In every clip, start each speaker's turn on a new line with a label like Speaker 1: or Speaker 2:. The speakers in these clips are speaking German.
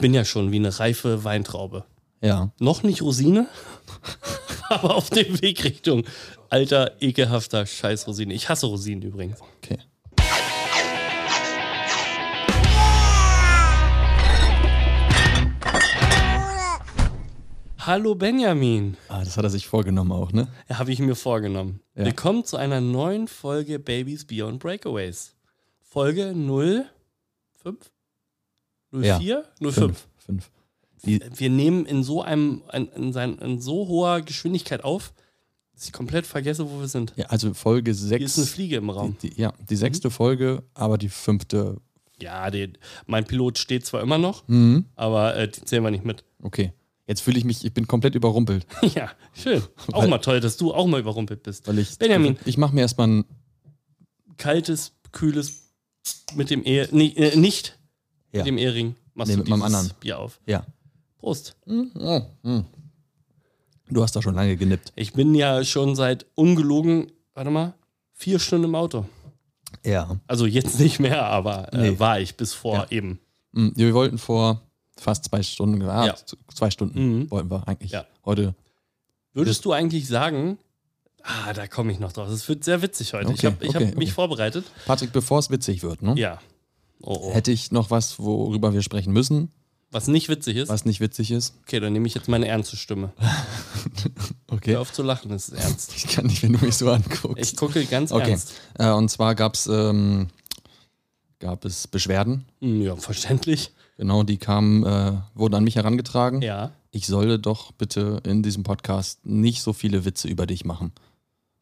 Speaker 1: bin ja schon wie eine reife Weintraube.
Speaker 2: Ja.
Speaker 1: Noch nicht Rosine, aber auf dem Weg Richtung alter, ekelhafter Scheiß Rosine. Ich hasse Rosinen übrigens.
Speaker 2: Okay.
Speaker 1: Hallo Benjamin,
Speaker 2: Ah, das hat er sich vorgenommen auch, ne?
Speaker 1: habe ich mir vorgenommen.
Speaker 2: Ja.
Speaker 1: Willkommen zu einer neuen Folge Babies Beyond Breakaways. Folge 05? 04? 05.
Speaker 2: Fünf. Die,
Speaker 1: wir nehmen in so einem, in, in, sein, in so hoher Geschwindigkeit auf, dass ich komplett vergesse, wo wir sind.
Speaker 2: ja, also Folge
Speaker 1: Hier ist eine
Speaker 2: 6.
Speaker 1: Fliege Mhm. im Raum.
Speaker 2: Die, die, ja, die sechste Folge, aber die fünfte.
Speaker 1: Ja, die, mein Pilot steht zwar immer noch,
Speaker 2: Mhm.
Speaker 1: aber äh, die zählen wir nicht mit.
Speaker 2: Okay. Jetzt fühle ich mich, ich bin komplett überrumpelt,
Speaker 1: ja, schön. Auch
Speaker 2: Weil-
Speaker 1: mal toll, dass du auch mal überrumpelt bist.
Speaker 2: weil ich.
Speaker 1: Benjamin.
Speaker 2: Ich mache mir erstmal ein.
Speaker 1: Kaltes, kühles mit dem Ehe, nee, äh, nicht
Speaker 2: Ja.
Speaker 1: mit dem Ehering. Machst
Speaker 2: Nee,
Speaker 1: du
Speaker 2: mit meinem
Speaker 1: dieses
Speaker 2: anderen.
Speaker 1: Bier auf.
Speaker 2: Ja.
Speaker 1: Prost.
Speaker 2: Mhm. Mhm. Du hast da schon lange genippt.
Speaker 1: Ich bin ja schon seit ungelogen, warte mal, vier Stunden im Auto.
Speaker 2: Ja.
Speaker 1: Also jetzt nicht mehr, aber äh,
Speaker 2: Nee.
Speaker 1: war ich bis vor
Speaker 2: Ja.
Speaker 1: eben.
Speaker 2: Mhm. Wir wollten vor fast zwei Stunden, ah,
Speaker 1: Ja.
Speaker 2: z- zwei Stunden
Speaker 1: Mhm.
Speaker 2: wollten wir eigentlich.
Speaker 1: Ja.
Speaker 2: Heute.
Speaker 1: Würdest du eigentlich sagen, ah, da komme ich noch drauf. Es wird sehr witzig heute. ich
Speaker 2: Okay,
Speaker 1: habe ich
Speaker 2: okay,
Speaker 1: hab mich
Speaker 2: okay.
Speaker 1: vorbereitet.
Speaker 2: Patrick, bevor es witzig wird, ne?
Speaker 1: Ja. Oh, oh.
Speaker 2: Hätte ich noch was, worüber wir sprechen müssen,
Speaker 1: Was nicht witzig ist,
Speaker 2: was nicht witzig ist.
Speaker 1: okay, dann nehme ich jetzt meine ernste Stimme.
Speaker 2: Okay.
Speaker 1: Hör auf zu lachen, das ist ernst.
Speaker 2: Ich kann nicht, wenn du mich so anguckst.
Speaker 1: Ich gucke ganz
Speaker 2: Okay.
Speaker 1: ernst.
Speaker 2: Äh, und zwar gab's, ähm, gab es Beschwerden,
Speaker 1: Hm, Ja, verständlich.
Speaker 2: genau, die kamen, äh, wurden an mich herangetragen.
Speaker 1: Ja.
Speaker 2: Ich solle doch bitte in diesem Podcast nicht so viele Witze über dich machen.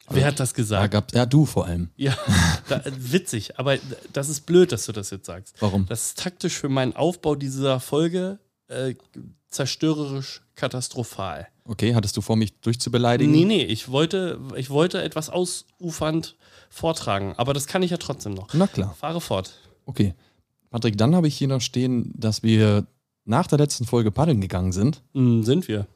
Speaker 2: Also,
Speaker 1: Wer hat das
Speaker 2: Da
Speaker 1: gesagt?
Speaker 2: gab, ja, du vor allem.
Speaker 1: Ja, da, witzig, aber das ist blöd, dass du das jetzt sagst.
Speaker 2: Warum?
Speaker 1: Das ist taktisch für meinen Aufbau dieser Folge äh, zerstörerisch katastrophal.
Speaker 2: Okay, hattest du vor, mich durchzubeleidigen?
Speaker 1: Nee, nee, ich wollte, ich wollte etwas ausufernd vortragen, aber das kann ich ja trotzdem noch.
Speaker 2: Na klar.
Speaker 1: Fahre fort.
Speaker 2: Okay. Patrick, dann habe ich hier noch stehen, dass wir nach der letzten Folge paddeln gegangen sind.
Speaker 1: Hm, sind wir.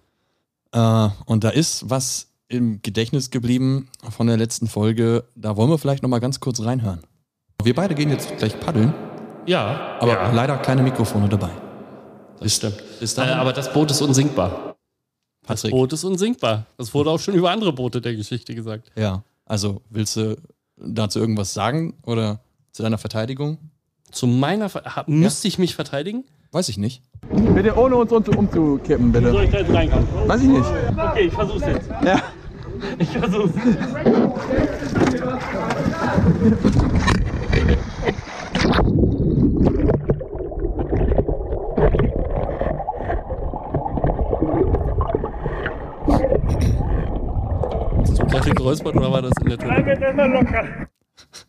Speaker 2: Äh, und da ist was im Gedächtnis geblieben von der letzten Folge. Da wollen wir vielleicht nochmal ganz kurz reinhören. Wir beide gehen jetzt gleich paddeln,
Speaker 1: Ja,
Speaker 2: aber
Speaker 1: ja,
Speaker 2: leider keine Mikrofone dabei.
Speaker 1: das stimmt.
Speaker 2: Bis
Speaker 1: Äh,
Speaker 2: dann,
Speaker 1: aber das Boot ist unsinkbar. Das
Speaker 2: Patrick.
Speaker 1: Boot ist unsinkbar. Das wurde auch schon über andere Boote der Geschichte gesagt.
Speaker 2: Ja, also willst du dazu irgendwas sagen oder zu deiner Verteidigung?
Speaker 1: Zu meiner Ver ha- müsste ich mich verteidigen?
Speaker 2: Weiß ich nicht.
Speaker 3: Bitte ohne uns um, umzukippen, bitte. Soll ich da jetzt reinkommen? Weiß ich nicht. Okay,
Speaker 1: Hast du gerade geräuspert oder war das in der Tür?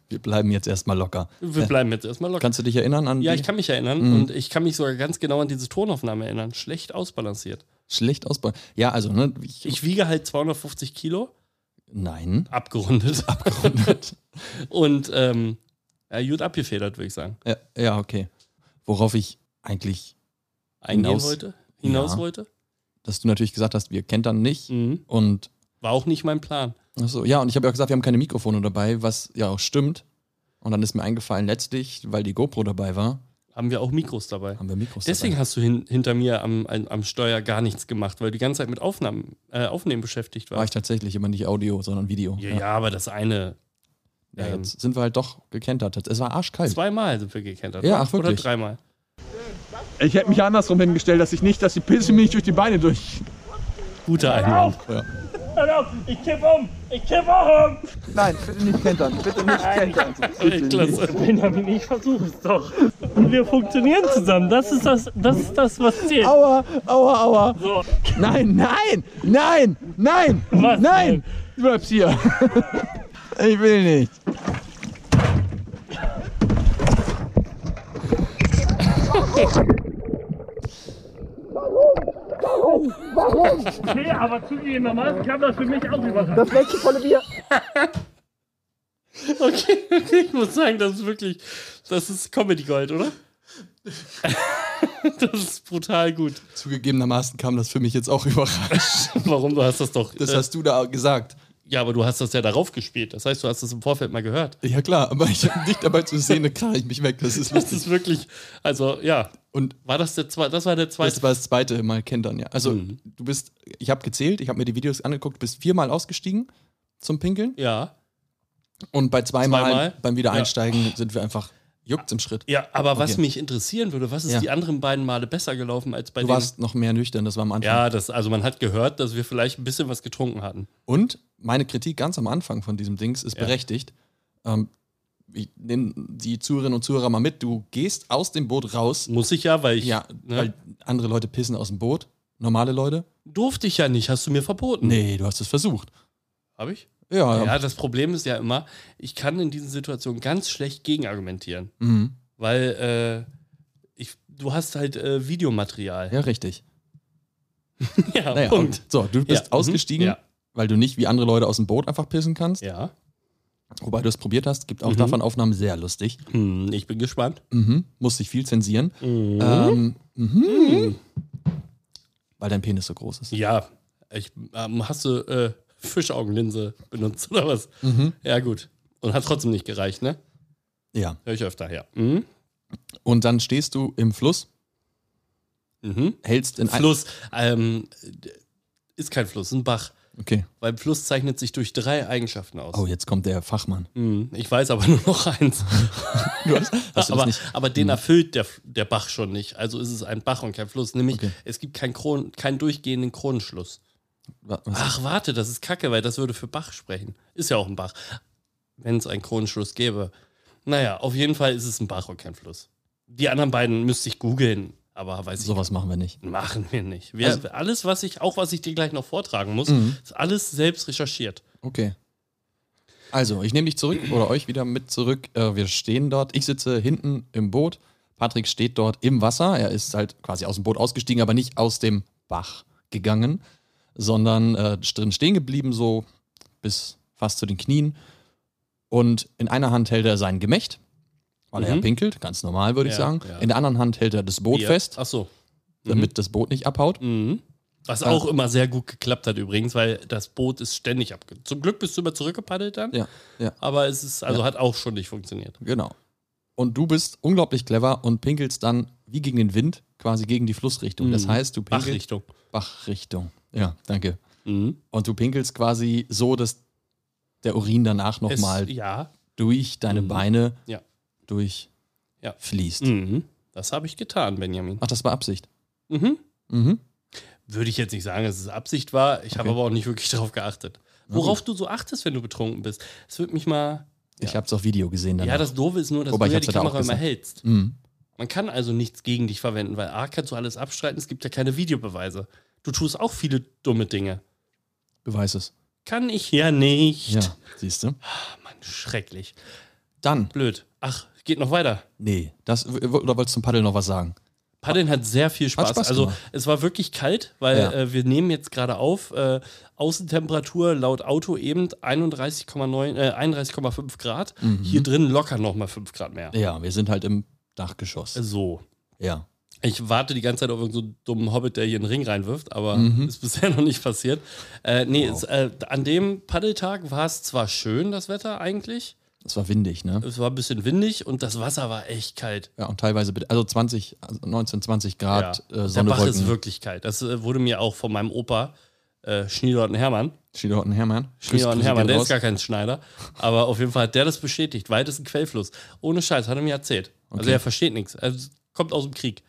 Speaker 2: Wir bleiben jetzt erstmal locker.
Speaker 1: Wir bleiben jetzt erstmal locker.
Speaker 2: Kannst du dich erinnern an
Speaker 1: Ja,
Speaker 2: die Mhm.
Speaker 1: ich kann mich erinnern und ich kann mich sogar ganz genau an diese Tonaufnahme erinnern. Schlecht ausbalanciert.
Speaker 2: schlecht ausbauen? Ja, also, ne? Ich,
Speaker 1: Ich wiege halt 250 Kilo,
Speaker 2: nein.
Speaker 1: abgerundet. und ähm, ja, gut abgefedert, würde ich sagen.
Speaker 2: ja, ja, okay. Worauf ich eigentlich,
Speaker 1: Eingehen
Speaker 2: Hinaus-
Speaker 1: wollte. Hinaus
Speaker 2: Ja.
Speaker 1: wollte.
Speaker 2: dass du natürlich gesagt hast, wir kennt dann nicht.
Speaker 1: Mhm.
Speaker 2: Und
Speaker 1: War auch nicht mein Plan.
Speaker 2: Achso, ja, und ich habe ja auch gesagt, wir haben keine Mikrofone dabei, was ja auch stimmt. Und dann ist mir eingefallen, letztlich, weil die GoPro dabei war,
Speaker 1: Haben wir auch Mikros dabei.
Speaker 2: haben wir Mikros
Speaker 1: Deswegen hast du hin, hinter mir am, am, am Steuer gar nichts gemacht, weil du die ganze Zeit mit Aufnahmen, äh, Aufnehmen beschäftigt
Speaker 2: dabei. War
Speaker 1: warst.
Speaker 2: ich tatsächlich immer nicht Audio, sondern Video.
Speaker 1: Ja, ja, aber das eine.
Speaker 2: Ja,
Speaker 1: ähm,
Speaker 2: jetzt sind wir halt doch gekentert. Es war arschkalt.
Speaker 1: Zweimal sind wir gekentert.
Speaker 2: Ja,
Speaker 1: oder?
Speaker 2: ach, wirklich?
Speaker 1: Oder dreimal.
Speaker 3: Ich hätte mich andersrum hingestellt, dass ich nicht, dass die Pisse mir nicht durch die Beine durch.
Speaker 1: Guter Einwand.
Speaker 4: Hör auf, ich kipp um! Ich kipp auch um!
Speaker 3: Nein, bitte nicht kentern. Bitte nicht kentern.
Speaker 1: Klasse.
Speaker 4: Benjamin, ich versuche es doch. Und wir funktionieren zusammen. Das ist das, das, ist das was zählt.
Speaker 3: Aua, aua, aua.
Speaker 4: So.
Speaker 3: Nein, nein, nein, nein,
Speaker 4: Was
Speaker 3: nein. Du bleibst hier. Ich will nicht.
Speaker 4: Okay, aber zugegebenermaßen kam das für mich auch überraschend.
Speaker 1: Okay, okay, ich muss sagen, das ist wirklich, das ist Comedy Gold, oder? das ist brutal gut.
Speaker 2: Zugegebenermaßen kam das für mich jetzt auch überraschend.
Speaker 1: Warum du hast das doch?
Speaker 2: Das
Speaker 1: äh,
Speaker 2: hast du da gesagt.
Speaker 1: Ja, aber du hast das ja darauf gespielt. Das heißt, du hast es im Vorfeld mal gehört.
Speaker 2: Ja klar, aber ich habe nicht dabei zu sehen, da krach ich mich weg. Das ist
Speaker 1: Das
Speaker 2: lustig.
Speaker 1: ist wirklich, also ja,
Speaker 2: Und
Speaker 1: war das der zweite? Das war der zweite.
Speaker 2: das war das zweite Mal kentern, ja. Also
Speaker 1: Mhm.
Speaker 2: du bist, ich habe gezählt, ich habe mir die Videos angeguckt, bist viermal ausgestiegen zum Pinkeln
Speaker 1: ja.
Speaker 2: und bei zweimal, halt
Speaker 1: Zweimal?
Speaker 2: beim Wiedereinsteigen sind wir einfach juckt's im Schritt.
Speaker 1: Ja, aber was
Speaker 2: Okay.
Speaker 1: mich interessieren würde, was ist
Speaker 2: Ja.
Speaker 1: die anderen beiden Male besser gelaufen als bei
Speaker 2: Du
Speaker 1: den.
Speaker 2: warst noch mehr nüchtern, das war am Anfang.
Speaker 1: ja, das, also man hat gehört, dass wir vielleicht ein bisschen was getrunken hatten.
Speaker 2: Und meine Kritik ganz am Anfang von diesem Dings ist
Speaker 1: Ja.
Speaker 2: berechtigt. Ähm, ich nehme die Zuhörerinnen und Zuhörer mal mit. Du gehst aus dem Boot raus.
Speaker 1: Muss ich ja, weil ich
Speaker 2: ja,
Speaker 1: ne,
Speaker 2: weil andere Leute pissen aus dem Boot. Normale Leute?
Speaker 1: durfte ich ja nicht, hast du mir verboten.
Speaker 2: Nee, Ähm. du hast es versucht.
Speaker 1: Habe ich?
Speaker 2: Ja,
Speaker 1: Mhm. Ja, das Problem ist ja immer, ich kann in diesen Situationen ganz schlecht gegenargumentieren,
Speaker 2: Mhm.
Speaker 1: weil äh, ich, du hast halt äh, Videomaterial.
Speaker 2: ja richtig.
Speaker 1: Ja,
Speaker 2: Naja,
Speaker 1: Punkt.
Speaker 2: und So, du bist
Speaker 1: Ja, mhm.
Speaker 2: ausgestiegen,
Speaker 1: Ja.
Speaker 2: weil du nicht wie andere Leute aus dem Boot einfach pissen kannst.
Speaker 1: Ja,
Speaker 2: Wobei du es probiert hast, gibt auch
Speaker 1: Mhm.
Speaker 2: davon Aufnahmen sehr lustig.
Speaker 1: hm, ich bin gespannt.
Speaker 2: Mhm. Musste ich viel zensieren.
Speaker 1: Mhm.
Speaker 2: Ähm, mhm. Weil dein Penis so groß ist.
Speaker 1: Ja, ich, ähm, hast du äh, Fischaugenlinse benutzt oder was? Ja, gut. Und hat trotzdem nicht gereicht, ne?
Speaker 2: Ja.
Speaker 1: Hör ich öfter her. Mhm.
Speaker 2: Und dann stehst du im Fluss,
Speaker 1: Mhm.
Speaker 2: hältst in ein-
Speaker 1: Fluss ähm, d- ist kein Fluss, ein Bach.
Speaker 2: Okay.
Speaker 1: Weil Fluss zeichnet sich durch drei Eigenschaften aus.
Speaker 2: Oh, jetzt kommt der Fachmann.
Speaker 1: Mhm. Ich weiß aber nur noch eins.
Speaker 2: Du hast, hast du
Speaker 1: aber,
Speaker 2: das nicht? Mhm.
Speaker 1: aber den erfüllt der, der Bach schon nicht. Also ist es ein Bach und kein Fluss. Nämlich,
Speaker 2: Okay.
Speaker 1: es gibt keinen Kron, keinen durchgehenden Kronenschluss.
Speaker 2: Wa- Was?
Speaker 1: Ach, warte, das ist kacke, weil das würde für Bach sprechen. Ist ja auch ein Bach. Wenn es einen Kronenschluss gäbe. Naja, auf jeden Fall ist es ein Bach und kein Fluss. Die anderen beiden müsste ich googeln, aber weiß ich
Speaker 2: Sowas machen wir nicht.
Speaker 1: Machen wir nicht. Wir,
Speaker 2: Also-
Speaker 1: alles, was ich, auch was ich dir gleich noch vortragen muss,
Speaker 2: Mhm.
Speaker 1: ist alles selbst recherchiert.
Speaker 2: Okay. Also, ich nehme dich zurück oder euch wieder mit zurück. Äh, wir stehen dort. Ich sitze hinten im Boot. Patrick steht dort im Wasser. Er ist halt quasi aus dem Boot ausgestiegen, aber nicht aus dem Bach gegangen, sondern äh, drin stehen geblieben, so bis fast zu den Knien. Und in einer Hand hält er sein Gemächt, weil er
Speaker 1: Mhm.
Speaker 2: ja pinkelt, ganz normal würde ich
Speaker 1: Ja,
Speaker 2: sagen.
Speaker 1: ja.
Speaker 2: In der anderen Hand hält er das Boot
Speaker 1: Bier. Mhm.
Speaker 2: fest,
Speaker 1: Ach so.
Speaker 2: damit das Boot nicht abhaut.
Speaker 1: Mhm. Was auch immer sehr gut geklappt hat übrigens, weil das Boot ist ständig abge... Zum Glück bist du immer zurückgepaddelt dann,
Speaker 2: Ja, ja.
Speaker 1: aber es ist, also hat auch schon nicht funktioniert.
Speaker 2: Genau. Und du bist unglaublich clever und pinkelst dann wie gegen den Wind quasi gegen die Flussrichtung. Das
Speaker 1: Mhm.
Speaker 2: heißt, du pinkelst
Speaker 1: Bachrichtung.
Speaker 2: Bachrichtung. Ja, danke.
Speaker 1: Mhm.
Speaker 2: Und du pinkelst quasi so, dass der Urin danach
Speaker 1: Es-
Speaker 2: nochmal
Speaker 1: Ja.
Speaker 2: durch deine
Speaker 1: Mhm.
Speaker 2: Beine
Speaker 1: Ja.
Speaker 2: durch
Speaker 1: Ja.
Speaker 2: fließt.
Speaker 1: Mhm. Das habe ich getan, Benjamin.
Speaker 2: Ach, das war Absicht.
Speaker 1: Mhm.
Speaker 2: Mhm.
Speaker 1: Würde ich jetzt nicht sagen, dass es Absicht war. Ich habe
Speaker 2: Okay.
Speaker 1: aber auch nicht wirklich darauf geachtet.
Speaker 2: Na
Speaker 1: Worauf du so achtest, wenn du betrunken bist. Das würde mich mal.
Speaker 2: Ich hab's auf Video gesehen danach.
Speaker 1: Ja, das Doofe ist nur, dass
Speaker 2: Wobei,
Speaker 1: du
Speaker 2: ich
Speaker 1: ja
Speaker 2: hab's
Speaker 1: die
Speaker 2: ja da auch
Speaker 1: Kamera immer
Speaker 2: gesagt.
Speaker 1: hältst.
Speaker 2: mhm.
Speaker 1: Man kann also nichts gegen dich verwenden, weil A, kannst du alles abstreiten, es gibt ja keine Videobeweise. Du tust auch viele dumme Dinge.
Speaker 2: Beweis es.
Speaker 1: Kann ich ja nicht.
Speaker 2: Ja, siehst du.
Speaker 1: Ah, Mann, schrecklich.
Speaker 2: Dann,
Speaker 1: Blöd. Ach, geht noch weiter.
Speaker 2: nee, das, oder wolltest du zum Paddel noch was sagen?
Speaker 1: Paddeln hat sehr viel Spaß.
Speaker 2: Spaß
Speaker 1: also
Speaker 2: gemacht.
Speaker 1: es war wirklich kalt, weil
Speaker 2: Ja.
Speaker 1: äh, wir nehmen jetzt gerade auf, äh, Außentemperatur laut Auto eben 31,9, äh, 31,5 Grad.
Speaker 2: Mhm.
Speaker 1: Hier drin locker nochmal 5 Grad mehr.
Speaker 2: Ja, wir sind halt im Dachgeschoss.
Speaker 1: So.
Speaker 2: ja.
Speaker 1: Ich warte die ganze Zeit auf irgendeinen so dummen Hobbit, der hier einen Ring reinwirft, aber ist bisher noch nicht passiert. Äh, nee,
Speaker 2: Mhm. Wow.
Speaker 1: es, äh, an dem Paddeltag war es zwar schön, das Wetter eigentlich.
Speaker 2: Es war windig, ne?
Speaker 1: Es war ein bisschen windig und das Wasser war echt kalt.
Speaker 2: Ja, und teilweise, bet- also 20, also 19, 20 Grad
Speaker 1: ja.
Speaker 2: äh,
Speaker 1: der
Speaker 2: Sonne,
Speaker 1: Bach ist
Speaker 2: Wolken.
Speaker 1: wirklich kalt. Das äh, wurde mir auch von meinem Opa, äh, Schniedorten Hermann,
Speaker 2: Schiedorten Hermann.
Speaker 1: Schnieder und Hermann,
Speaker 2: gehen
Speaker 1: der
Speaker 2: raus.
Speaker 1: ist gar kein Schneider. Aber auf jeden Fall hat der das bestätigt, weil das ist ein Quellfluss. Ohne Scheiß, hat er mir erzählt. Also
Speaker 2: Okay.
Speaker 1: er versteht nichts. Er kommt aus dem Krieg.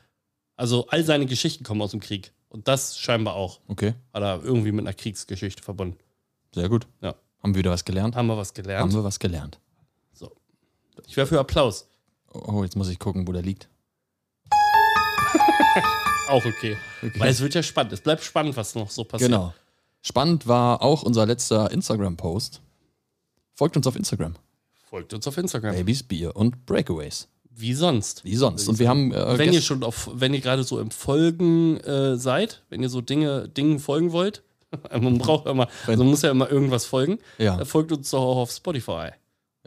Speaker 1: Also all seine Geschichten kommen aus dem Krieg. Und das scheinbar auch.
Speaker 2: Okay,
Speaker 1: Hat er irgendwie mit einer Kriegsgeschichte verbunden.
Speaker 2: sehr gut.
Speaker 1: Ja.
Speaker 2: Haben wir wieder was gelernt?
Speaker 1: Haben wir was
Speaker 2: Haben
Speaker 1: gelernt?
Speaker 2: wir was gelernt.
Speaker 1: Ich wäre für Applaus.
Speaker 2: Oh, jetzt muss ich gucken, wo der liegt.
Speaker 1: Auch okay.
Speaker 2: Okay.
Speaker 1: Weil es wird ja spannend. Es bleibt spannend, was noch so passiert.
Speaker 2: Genau. Spannend war auch unser letzter Instagram-Post. Folgt uns auf Instagram.
Speaker 1: Folgt uns auf Instagram.
Speaker 2: Babys, Bier und Breakaways.
Speaker 1: Wie sonst.
Speaker 2: Wie sonst. Und wir haben. Äh,
Speaker 1: Wenn ihr
Speaker 2: gest-
Speaker 1: schon auf, wenn ihr gerade so im Folgen äh, seid, wenn ihr so Dinge, Dingen folgen wollt, man braucht ja immer, also man muss ja immer irgendwas folgen,
Speaker 2: ja.
Speaker 1: Äh, Folgt uns doch auch auf Spotify.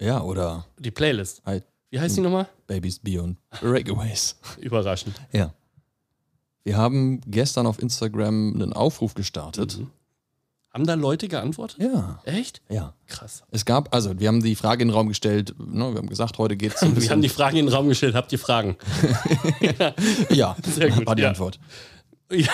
Speaker 2: ja, oder
Speaker 1: Die Playlist.
Speaker 2: halt
Speaker 1: Wie heißt die nochmal?
Speaker 2: Babys, Bier und Breakaways.
Speaker 1: Überraschend.
Speaker 2: ja.
Speaker 1: Mhm.
Speaker 2: Wir haben gestern auf Instagram einen Aufruf gestartet.
Speaker 1: Haben da Leute geantwortet?
Speaker 2: Ja.
Speaker 1: Echt?
Speaker 2: Ja.
Speaker 1: Krass.
Speaker 2: Es gab, also wir haben die Frage in den Raum gestellt, ne, wir haben gesagt, heute geht's so ein
Speaker 1: Wir haben
Speaker 2: bisschen.
Speaker 1: die Fragen in den Raum gestellt, habt ihr Fragen?
Speaker 2: ja,
Speaker 1: Sehr gut,
Speaker 2: war die
Speaker 1: ja.
Speaker 2: Antwort.
Speaker 1: ja,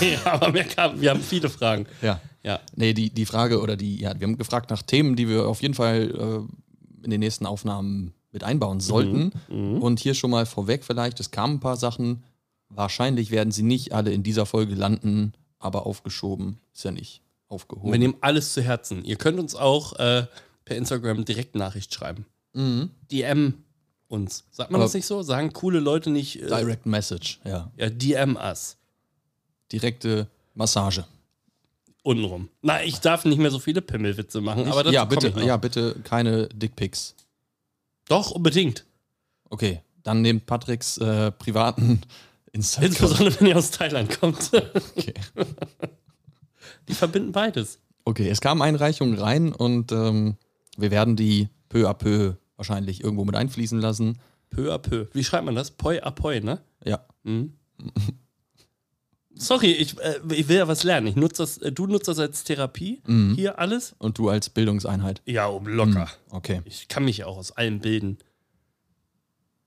Speaker 1: ja, aber mehr kam, wir haben viele Fragen.
Speaker 2: Ja.
Speaker 1: Ja.
Speaker 2: Nee, die, die Frage oder die, ja, wir haben gefragt nach Themen, die wir auf jeden Fall äh, in den nächsten Aufnahmen mit einbauen sollten.
Speaker 1: Mhm,
Speaker 2: Und hier schon mal vorweg vielleicht, es kamen ein paar Sachen. Wahrscheinlich werden sie nicht alle in dieser Folge landen, aber aufgeschoben ist ja nicht
Speaker 1: Und wir
Speaker 2: aufgehoben.
Speaker 1: nehmen alles zu Herzen. Ihr könnt uns auch äh, per Instagram direkt Nachricht schreiben.
Speaker 2: Mhm.
Speaker 1: DM uns. Sagt man
Speaker 2: Aber-
Speaker 1: das nicht so? Sagen coole Leute nicht äh,
Speaker 2: Direct Message, ja.
Speaker 1: Ja, DM us.
Speaker 2: Direkte Massage.
Speaker 1: Untenrum. Na, ich darf nicht mehr so viele Pimmelwitze machen, aber dazu
Speaker 2: ja,
Speaker 1: komm
Speaker 2: bitte,
Speaker 1: ich noch.
Speaker 2: ja, bitte keine Dickpics.
Speaker 1: Doch, unbedingt.
Speaker 2: Okay, dann nehmt Patricks äh, privaten Instagram.
Speaker 1: Insbesondere wenn ihr aus Thailand kommt.
Speaker 2: Okay.
Speaker 1: Die verbinden beides.
Speaker 2: Okay, es kamen Einreichungen rein und ähm, wir werden die peu à peu wahrscheinlich irgendwo mit einfließen lassen.
Speaker 1: Peu à peu. Wie schreibt man das? Poi à poi, ne?
Speaker 2: Ja,
Speaker 1: Mhm. Sorry, ich, äh, ich will ja was lernen. Ich nutz das, äh, du nutzt das als Therapie,
Speaker 2: Mhm.
Speaker 1: hier alles?
Speaker 2: und du als Bildungseinheit.
Speaker 1: Ja, um locker.
Speaker 2: Okay,
Speaker 1: Ich kann mich ja auch aus allem bilden.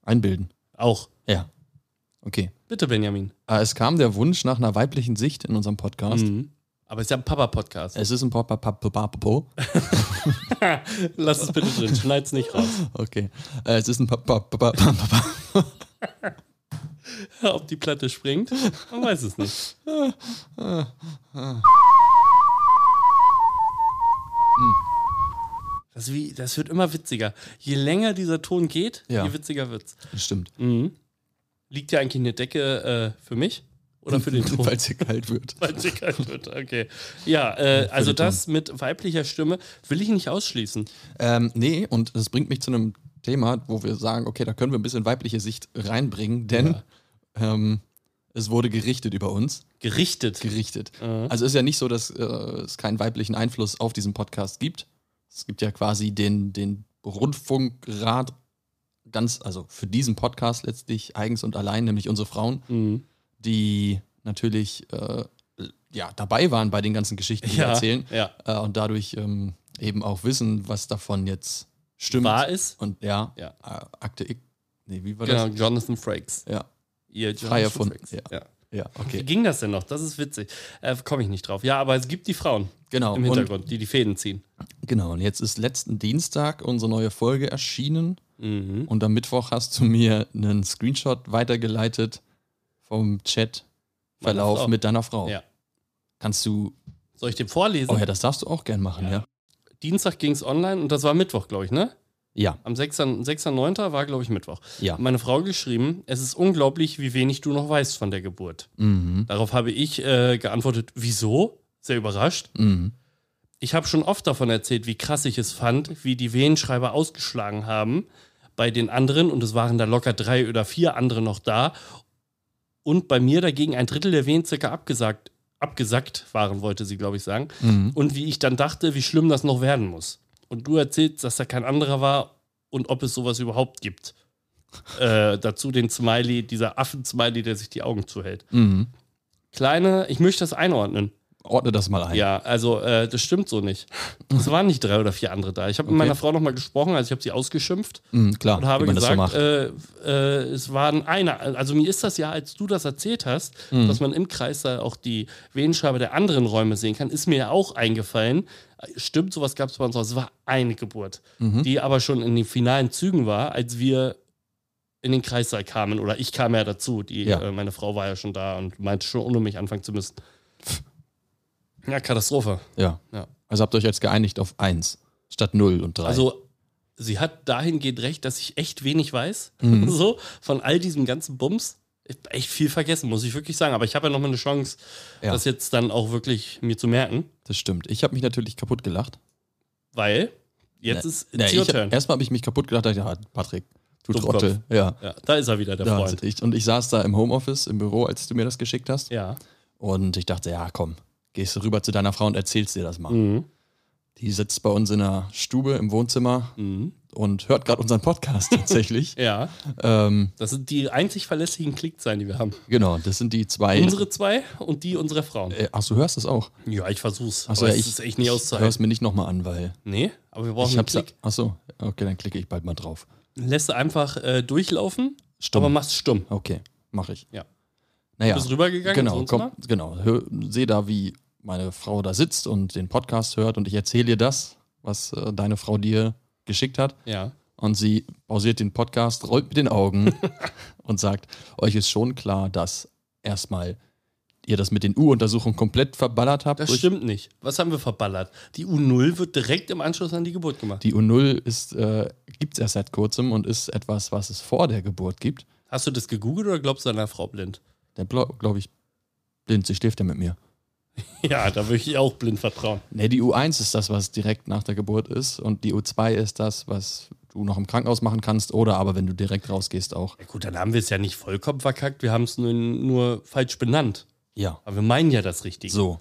Speaker 2: einbilden.
Speaker 1: Auch.
Speaker 2: Ja, okay.
Speaker 1: Bitte, Benjamin.
Speaker 2: Äh, es kam der Wunsch nach einer weiblichen Sicht in unserem Podcast.
Speaker 1: Mhm. Aber es ist ja ein Papa-Podcast.
Speaker 2: Es ist ein Pop, Pop, Pop, Pop, Pop, Pop.
Speaker 1: Lass es bitte drin, schneid's nicht raus.
Speaker 2: Okay, äh, es ist ein Pop, Pop, Pop, Pop, Pop, Pop.
Speaker 1: Ob die Platte springt, man weiß es nicht. Das, wie, das wird immer witziger. Je länger dieser Ton geht,
Speaker 2: Ja.
Speaker 1: je witziger wird's.
Speaker 2: Stimmt.
Speaker 1: Mhm. Liegt ja eigentlich eine Decke äh, für mich oder für den Ton?
Speaker 2: Weil es hier kalt wird.
Speaker 1: Weil sie kalt wird, okay. Ja, äh, also das mit weiblicher Stimme will ich nicht ausschließen.
Speaker 2: Ähm, nee, und das bringt mich zu einem Thema, wo wir sagen, okay, da können wir ein bisschen weibliche Sicht reinbringen, denn ähm, es wurde gerichtet über uns.
Speaker 1: Gerichtet. Äh,
Speaker 2: Gerichtet.
Speaker 1: Hm?
Speaker 2: Also ist ja nicht so, dass äh, es keinen weiblichen Einfluss auf diesen Podcast gibt. Es gibt ja quasi den, den Rundfunkrat ganz, also für diesen Podcast letztlich eigens und allein, nämlich unsere Frauen,
Speaker 1: Mhm.
Speaker 2: die natürlich äh, ja, dabei waren bei den ganzen Geschichten, die wir erzählen
Speaker 1: ja.
Speaker 2: äh, und dadurch ähm, eben auch wissen, was davon jetzt stimmt.
Speaker 1: Wahr ist.
Speaker 2: Und ja,
Speaker 1: Ja.
Speaker 2: Äh, Akte X. Nee, wie war
Speaker 1: Genau,
Speaker 2: das?
Speaker 1: Jonathan Frakes.
Speaker 2: Ja,
Speaker 1: Ihr
Speaker 2: Frei
Speaker 1: Jonathan
Speaker 2: erfunden,
Speaker 1: Frakes.
Speaker 2: ja.
Speaker 1: Ja.
Speaker 2: ja,
Speaker 1: Wie
Speaker 2: okay.
Speaker 1: ging das denn noch? Das ist witzig. Äh, Komme ich nicht drauf. Ja, aber es gibt die Frauen
Speaker 2: Genau.
Speaker 1: im
Speaker 2: Und,
Speaker 1: Hintergrund, die die Fäden ziehen.
Speaker 2: genau. Und jetzt ist letzten Dienstag unsere neue Folge erschienen.
Speaker 1: Mhm.
Speaker 2: Und am Mittwoch hast du mir einen Screenshot weitergeleitet vom
Speaker 1: Meiner
Speaker 2: Chatverlauf
Speaker 1: Frau.
Speaker 2: mit deiner Frau.
Speaker 1: Ja.
Speaker 2: Kannst du.
Speaker 1: Soll ich den vorlesen?
Speaker 2: Oh ja, das darfst du auch gern machen, ja.
Speaker 1: Dienstag ging es online und das war Mittwoch, glaube ich, ne?
Speaker 2: Ja,
Speaker 1: Am 6. 6.9. war, glaube ich, Mittwoch.
Speaker 2: ja.
Speaker 1: Hat Meine Frau geschrieben, es ist unglaublich, wie wenig du noch weißt von der Geburt.
Speaker 2: Mhm.
Speaker 1: Darauf habe ich äh, geantwortet, wieso? Sehr überrascht.
Speaker 2: Mhm.
Speaker 1: Ich habe schon oft davon erzählt, wie krass ich es fand, wie die Wehenschreiber ausgeschlagen haben bei den anderen und es waren da locker drei oder vier andere noch da und bei mir dagegen ein Drittel der Wehen circa abgesagt, abgesackt waren, wollte sie, glaube ich, sagen.
Speaker 2: Mhm.
Speaker 1: Und wie ich dann dachte, wie schlimm das noch werden muss. Und du erzählst, dass da kein anderer war und ob es sowas überhaupt gibt. Äh, dazu den Smiley, dieser Affen-Smiley, der sich die Augen zuhält.
Speaker 2: Mhm.
Speaker 1: Kleine, ich möchte das einordnen.
Speaker 2: Ordne das mal ein.
Speaker 1: Ja, also äh, das stimmt so nicht. Es waren nicht drei oder vier andere da. Ich habe mit
Speaker 2: Okay.
Speaker 1: meiner Frau nochmal gesprochen, also ich habe sie ausgeschimpft
Speaker 2: Mhm, klar,
Speaker 1: und habe
Speaker 2: wie man das so
Speaker 1: gesagt,
Speaker 2: macht.
Speaker 1: äh, äh, es waren einer. Also mir ist das ja, als du das erzählt hast,
Speaker 2: Mhm.
Speaker 1: dass man im Kreis da auch die Venenscheibe der anderen Räume sehen kann, ist mir ja auch eingefallen. Äh, Stimmt, sowas gab es bei uns auch. Es war eine Geburt,
Speaker 2: mhm.
Speaker 1: äh, die aber schon in den finalen Zügen war, als wir in den Kreissaal kamen oder ich kam ja dazu. Die,
Speaker 2: Ja.
Speaker 1: Äh, meine Frau war ja schon da und meinte schon, ohne mich anfangen zu müssen. Ja, Katastrophe.
Speaker 2: Ja.
Speaker 1: Ja.
Speaker 2: Also habt ihr euch jetzt geeinigt auf 1 statt 0 und 3.
Speaker 1: Also, sie hat dahingehend recht, dass ich echt wenig weiß.
Speaker 2: Mhm.
Speaker 1: So, von all diesem ganzen Bums. Ich hab Echt viel vergessen, muss ich wirklich sagen. Aber ich habe ja nochmal eine Chance,
Speaker 2: Ja.
Speaker 1: das jetzt dann auch wirklich mir zu merken.
Speaker 2: das stimmt. Ich habe mich natürlich kaputt gelacht.
Speaker 1: Weil jetzt ist
Speaker 2: Na,
Speaker 1: it's
Speaker 2: ich
Speaker 1: your
Speaker 2: hab-
Speaker 1: turn.
Speaker 2: Erstmal habe ich mich kaputt gelacht, dachte, ja, Patrick, du
Speaker 1: Dummkopf.
Speaker 2: Trottel. Ja.
Speaker 1: Ja, da ist er wieder, der
Speaker 2: Da,
Speaker 1: Freund.
Speaker 2: ich, und ich saß da im Homeoffice, im Büro, als du mir das geschickt hast.
Speaker 1: Ja.
Speaker 2: Und ich dachte, ja, komm, gehst du rüber zu deiner Frau und erzählst dir das mal.
Speaker 1: Mhm.
Speaker 2: Die sitzt bei uns in der Stube im Wohnzimmer und hört gerade unseren Podcast tatsächlich.
Speaker 1: Ja,
Speaker 2: ähm,
Speaker 1: das sind die einzig verlässlichen Klickzahlen, die wir haben.
Speaker 2: genau, das sind die zwei.
Speaker 1: Unsere zwei und die unserer Frauen.
Speaker 2: Äh, Ach, du hörst es auch.
Speaker 1: Ja, ich versuch's.
Speaker 2: Achso,
Speaker 1: aber
Speaker 2: ja,
Speaker 1: es
Speaker 2: ich,
Speaker 1: ist echt nicht
Speaker 2: ich höre es
Speaker 1: auszuhalten.
Speaker 2: mir nicht nochmal an, weil
Speaker 1: Nee, aber wir
Speaker 2: ich
Speaker 1: brauchen einen
Speaker 2: hab's.
Speaker 1: Klick.
Speaker 2: Achso, okay, dann klicke ich bald mal drauf.
Speaker 1: Lässt du einfach äh, durchlaufen,
Speaker 2: Stumm.
Speaker 1: aber machst stumm.
Speaker 2: Okay, mach ich.
Speaker 1: Ja.
Speaker 2: Naja.
Speaker 1: Bist rübergegangen ins
Speaker 2: Genau,
Speaker 1: Wohnzimmer?
Speaker 2: komm, genau. Hör, seh da, wie meine Frau da sitzt und den Podcast hört und ich erzähle ihr das, was äh, deine Frau dir geschickt hat.
Speaker 1: Ja.
Speaker 2: Und sie pausiert den Podcast, rollt mit den Augen und sagt, euch ist schon klar, dass erstmal ihr das mit den U-Untersuchungen komplett verballert habt.
Speaker 1: Das
Speaker 2: Durch-
Speaker 1: stimmt nicht. Was haben wir verballert? Die U0 wird direkt im Anschluss an die Geburt gemacht.
Speaker 2: Die U0 ist, äh, gibt es erst seit kurzem und ist etwas, was es vor der Geburt gibt.
Speaker 1: Hast du das gegoogelt oder glaubst du an der Frau blind?
Speaker 2: Der glaube ich, blind, sie schläft ja mit mir.
Speaker 1: Ja, da würde ich auch blind vertrauen.
Speaker 2: Ne, die U1 ist das, was direkt nach der Geburt ist und die U2 ist das, was du noch im Krankenhaus machen kannst oder aber wenn du direkt rausgehst auch.
Speaker 1: Ja, gut, dann haben wir es ja nicht vollkommen verkackt, wir haben es nur, nur falsch benannt.
Speaker 2: Ja.
Speaker 1: Aber wir meinen ja das Richtige.
Speaker 2: So.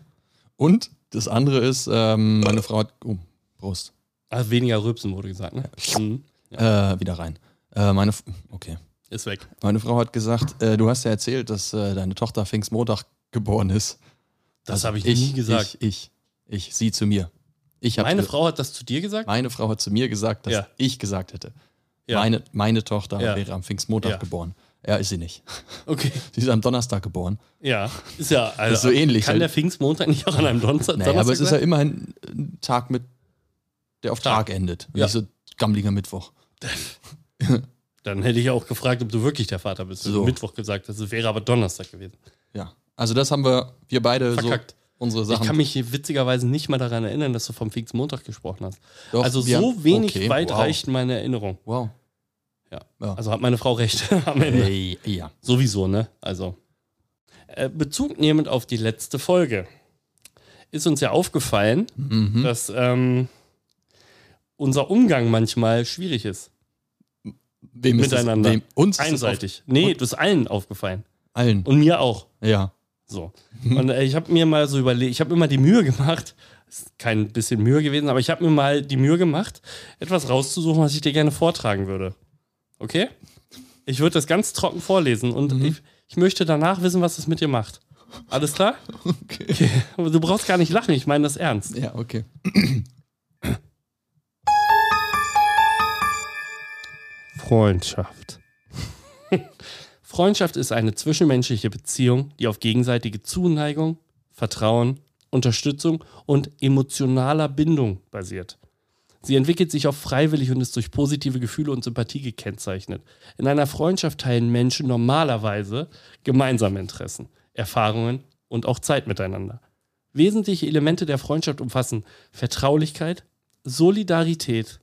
Speaker 2: Und das andere ist, ähm, meine Frau hat, oh, Prost,
Speaker 1: Ah, weniger Rübsen wurde gesagt, ne? Mhm.
Speaker 2: äh, wieder rein. Äh, meine, F- okay.
Speaker 1: Ist weg.
Speaker 2: Meine Frau hat gesagt, äh, du hast ja erzählt, dass äh, deine Tochter Pfingstmontag geboren ist.
Speaker 1: Das
Speaker 2: Also
Speaker 1: habe ich, nie gesagt.
Speaker 2: Ich, ich, ich, sie zu mir. Ich hab
Speaker 1: Meine
Speaker 2: ge-
Speaker 1: Frau hat das zu dir gesagt?
Speaker 2: meine Frau hat zu mir gesagt, dass
Speaker 1: Ja.
Speaker 2: ich gesagt hätte,
Speaker 1: Ja.
Speaker 2: meine, meine Tochter
Speaker 1: Ja.
Speaker 2: wäre am Pfingstmontag
Speaker 1: Ja.
Speaker 2: geboren. Ja, ist sie nicht.
Speaker 1: Okay.
Speaker 2: Sie ist am Donnerstag geboren.
Speaker 1: Ja. Ist ja, also,
Speaker 2: ist so ähnlich
Speaker 1: Kann
Speaker 2: halt.
Speaker 1: der Pfingstmontag nicht auch an einem Donnerstag
Speaker 2: Naja, aber es ist ja
Speaker 1: sein?
Speaker 2: immerhin ein Tag mit, der auf Tag, endet.
Speaker 1: Ja.
Speaker 2: Nicht so gammeliger Mittwoch.
Speaker 1: Dann hätte ich auch gefragt, ob du wirklich der Vater bist. Wenn
Speaker 2: halt- So.
Speaker 1: du Mittwoch gesagt hast, es wäre aber Donnerstag gewesen.
Speaker 2: Ja. Also das haben wir, wir beide
Speaker 1: Verkackt.
Speaker 2: so unsere
Speaker 1: Ich kann
Speaker 2: Sachen.
Speaker 1: mich hier witzigerweise nicht mal daran erinnern, dass du vom Pfingstmontag gesprochen hast.
Speaker 2: Doch,
Speaker 1: also
Speaker 2: wir
Speaker 1: so
Speaker 2: haben-
Speaker 1: wenig
Speaker 2: okay,
Speaker 1: weit
Speaker 2: wow.
Speaker 1: reicht meine Erinnerung.
Speaker 2: Wow.
Speaker 1: Ja.
Speaker 2: Ja.
Speaker 1: Also hat meine Frau recht am Ende.
Speaker 2: Ey, ja.
Speaker 1: Sowieso, ne? Also. Äh, Bezug nehmend auf die letzte Folge ist uns ja aufgefallen,
Speaker 2: Mhm.
Speaker 1: dass ähm, unser Umgang manchmal schwierig ist.
Speaker 2: Wem ist das-
Speaker 1: Miteinander.
Speaker 2: wem- uns Ist
Speaker 1: Einseitig. Nee, das ist allen aufgefallen.
Speaker 2: es auf allen.
Speaker 1: Und mir auch.
Speaker 2: ja.
Speaker 1: So. Und äh, ich habe mir mal so überlegt, ich habe immer die Mühe gemacht, ist kein bisschen Mühe gewesen, aber ich habe mir mal die Mühe gemacht, etwas rauszusuchen, was ich dir gerne vortragen würde. Okay? Ich würde das ganz trocken vorlesen und ich, ich möchte danach wissen, was es mit dir macht. Alles klar?
Speaker 2: Okay.
Speaker 1: Aber du brauchst gar nicht lachen, ich meine das ernst.
Speaker 2: Ja, okay.
Speaker 1: Freundschaft. Freundschaft ist eine zwischenmenschliche Beziehung, die auf gegenseitige Zuneigung, Vertrauen, Unterstützung und emotionaler Bindung basiert. Sie entwickelt sich auf freiwillig und ist durch positive Gefühle und Sympathie gekennzeichnet. In einer Freundschaft teilen Menschen normalerweise gemeinsame Interessen, Erfahrungen und auch Zeit miteinander. Wesentliche Elemente der Freundschaft umfassen Vertraulichkeit, Solidarität,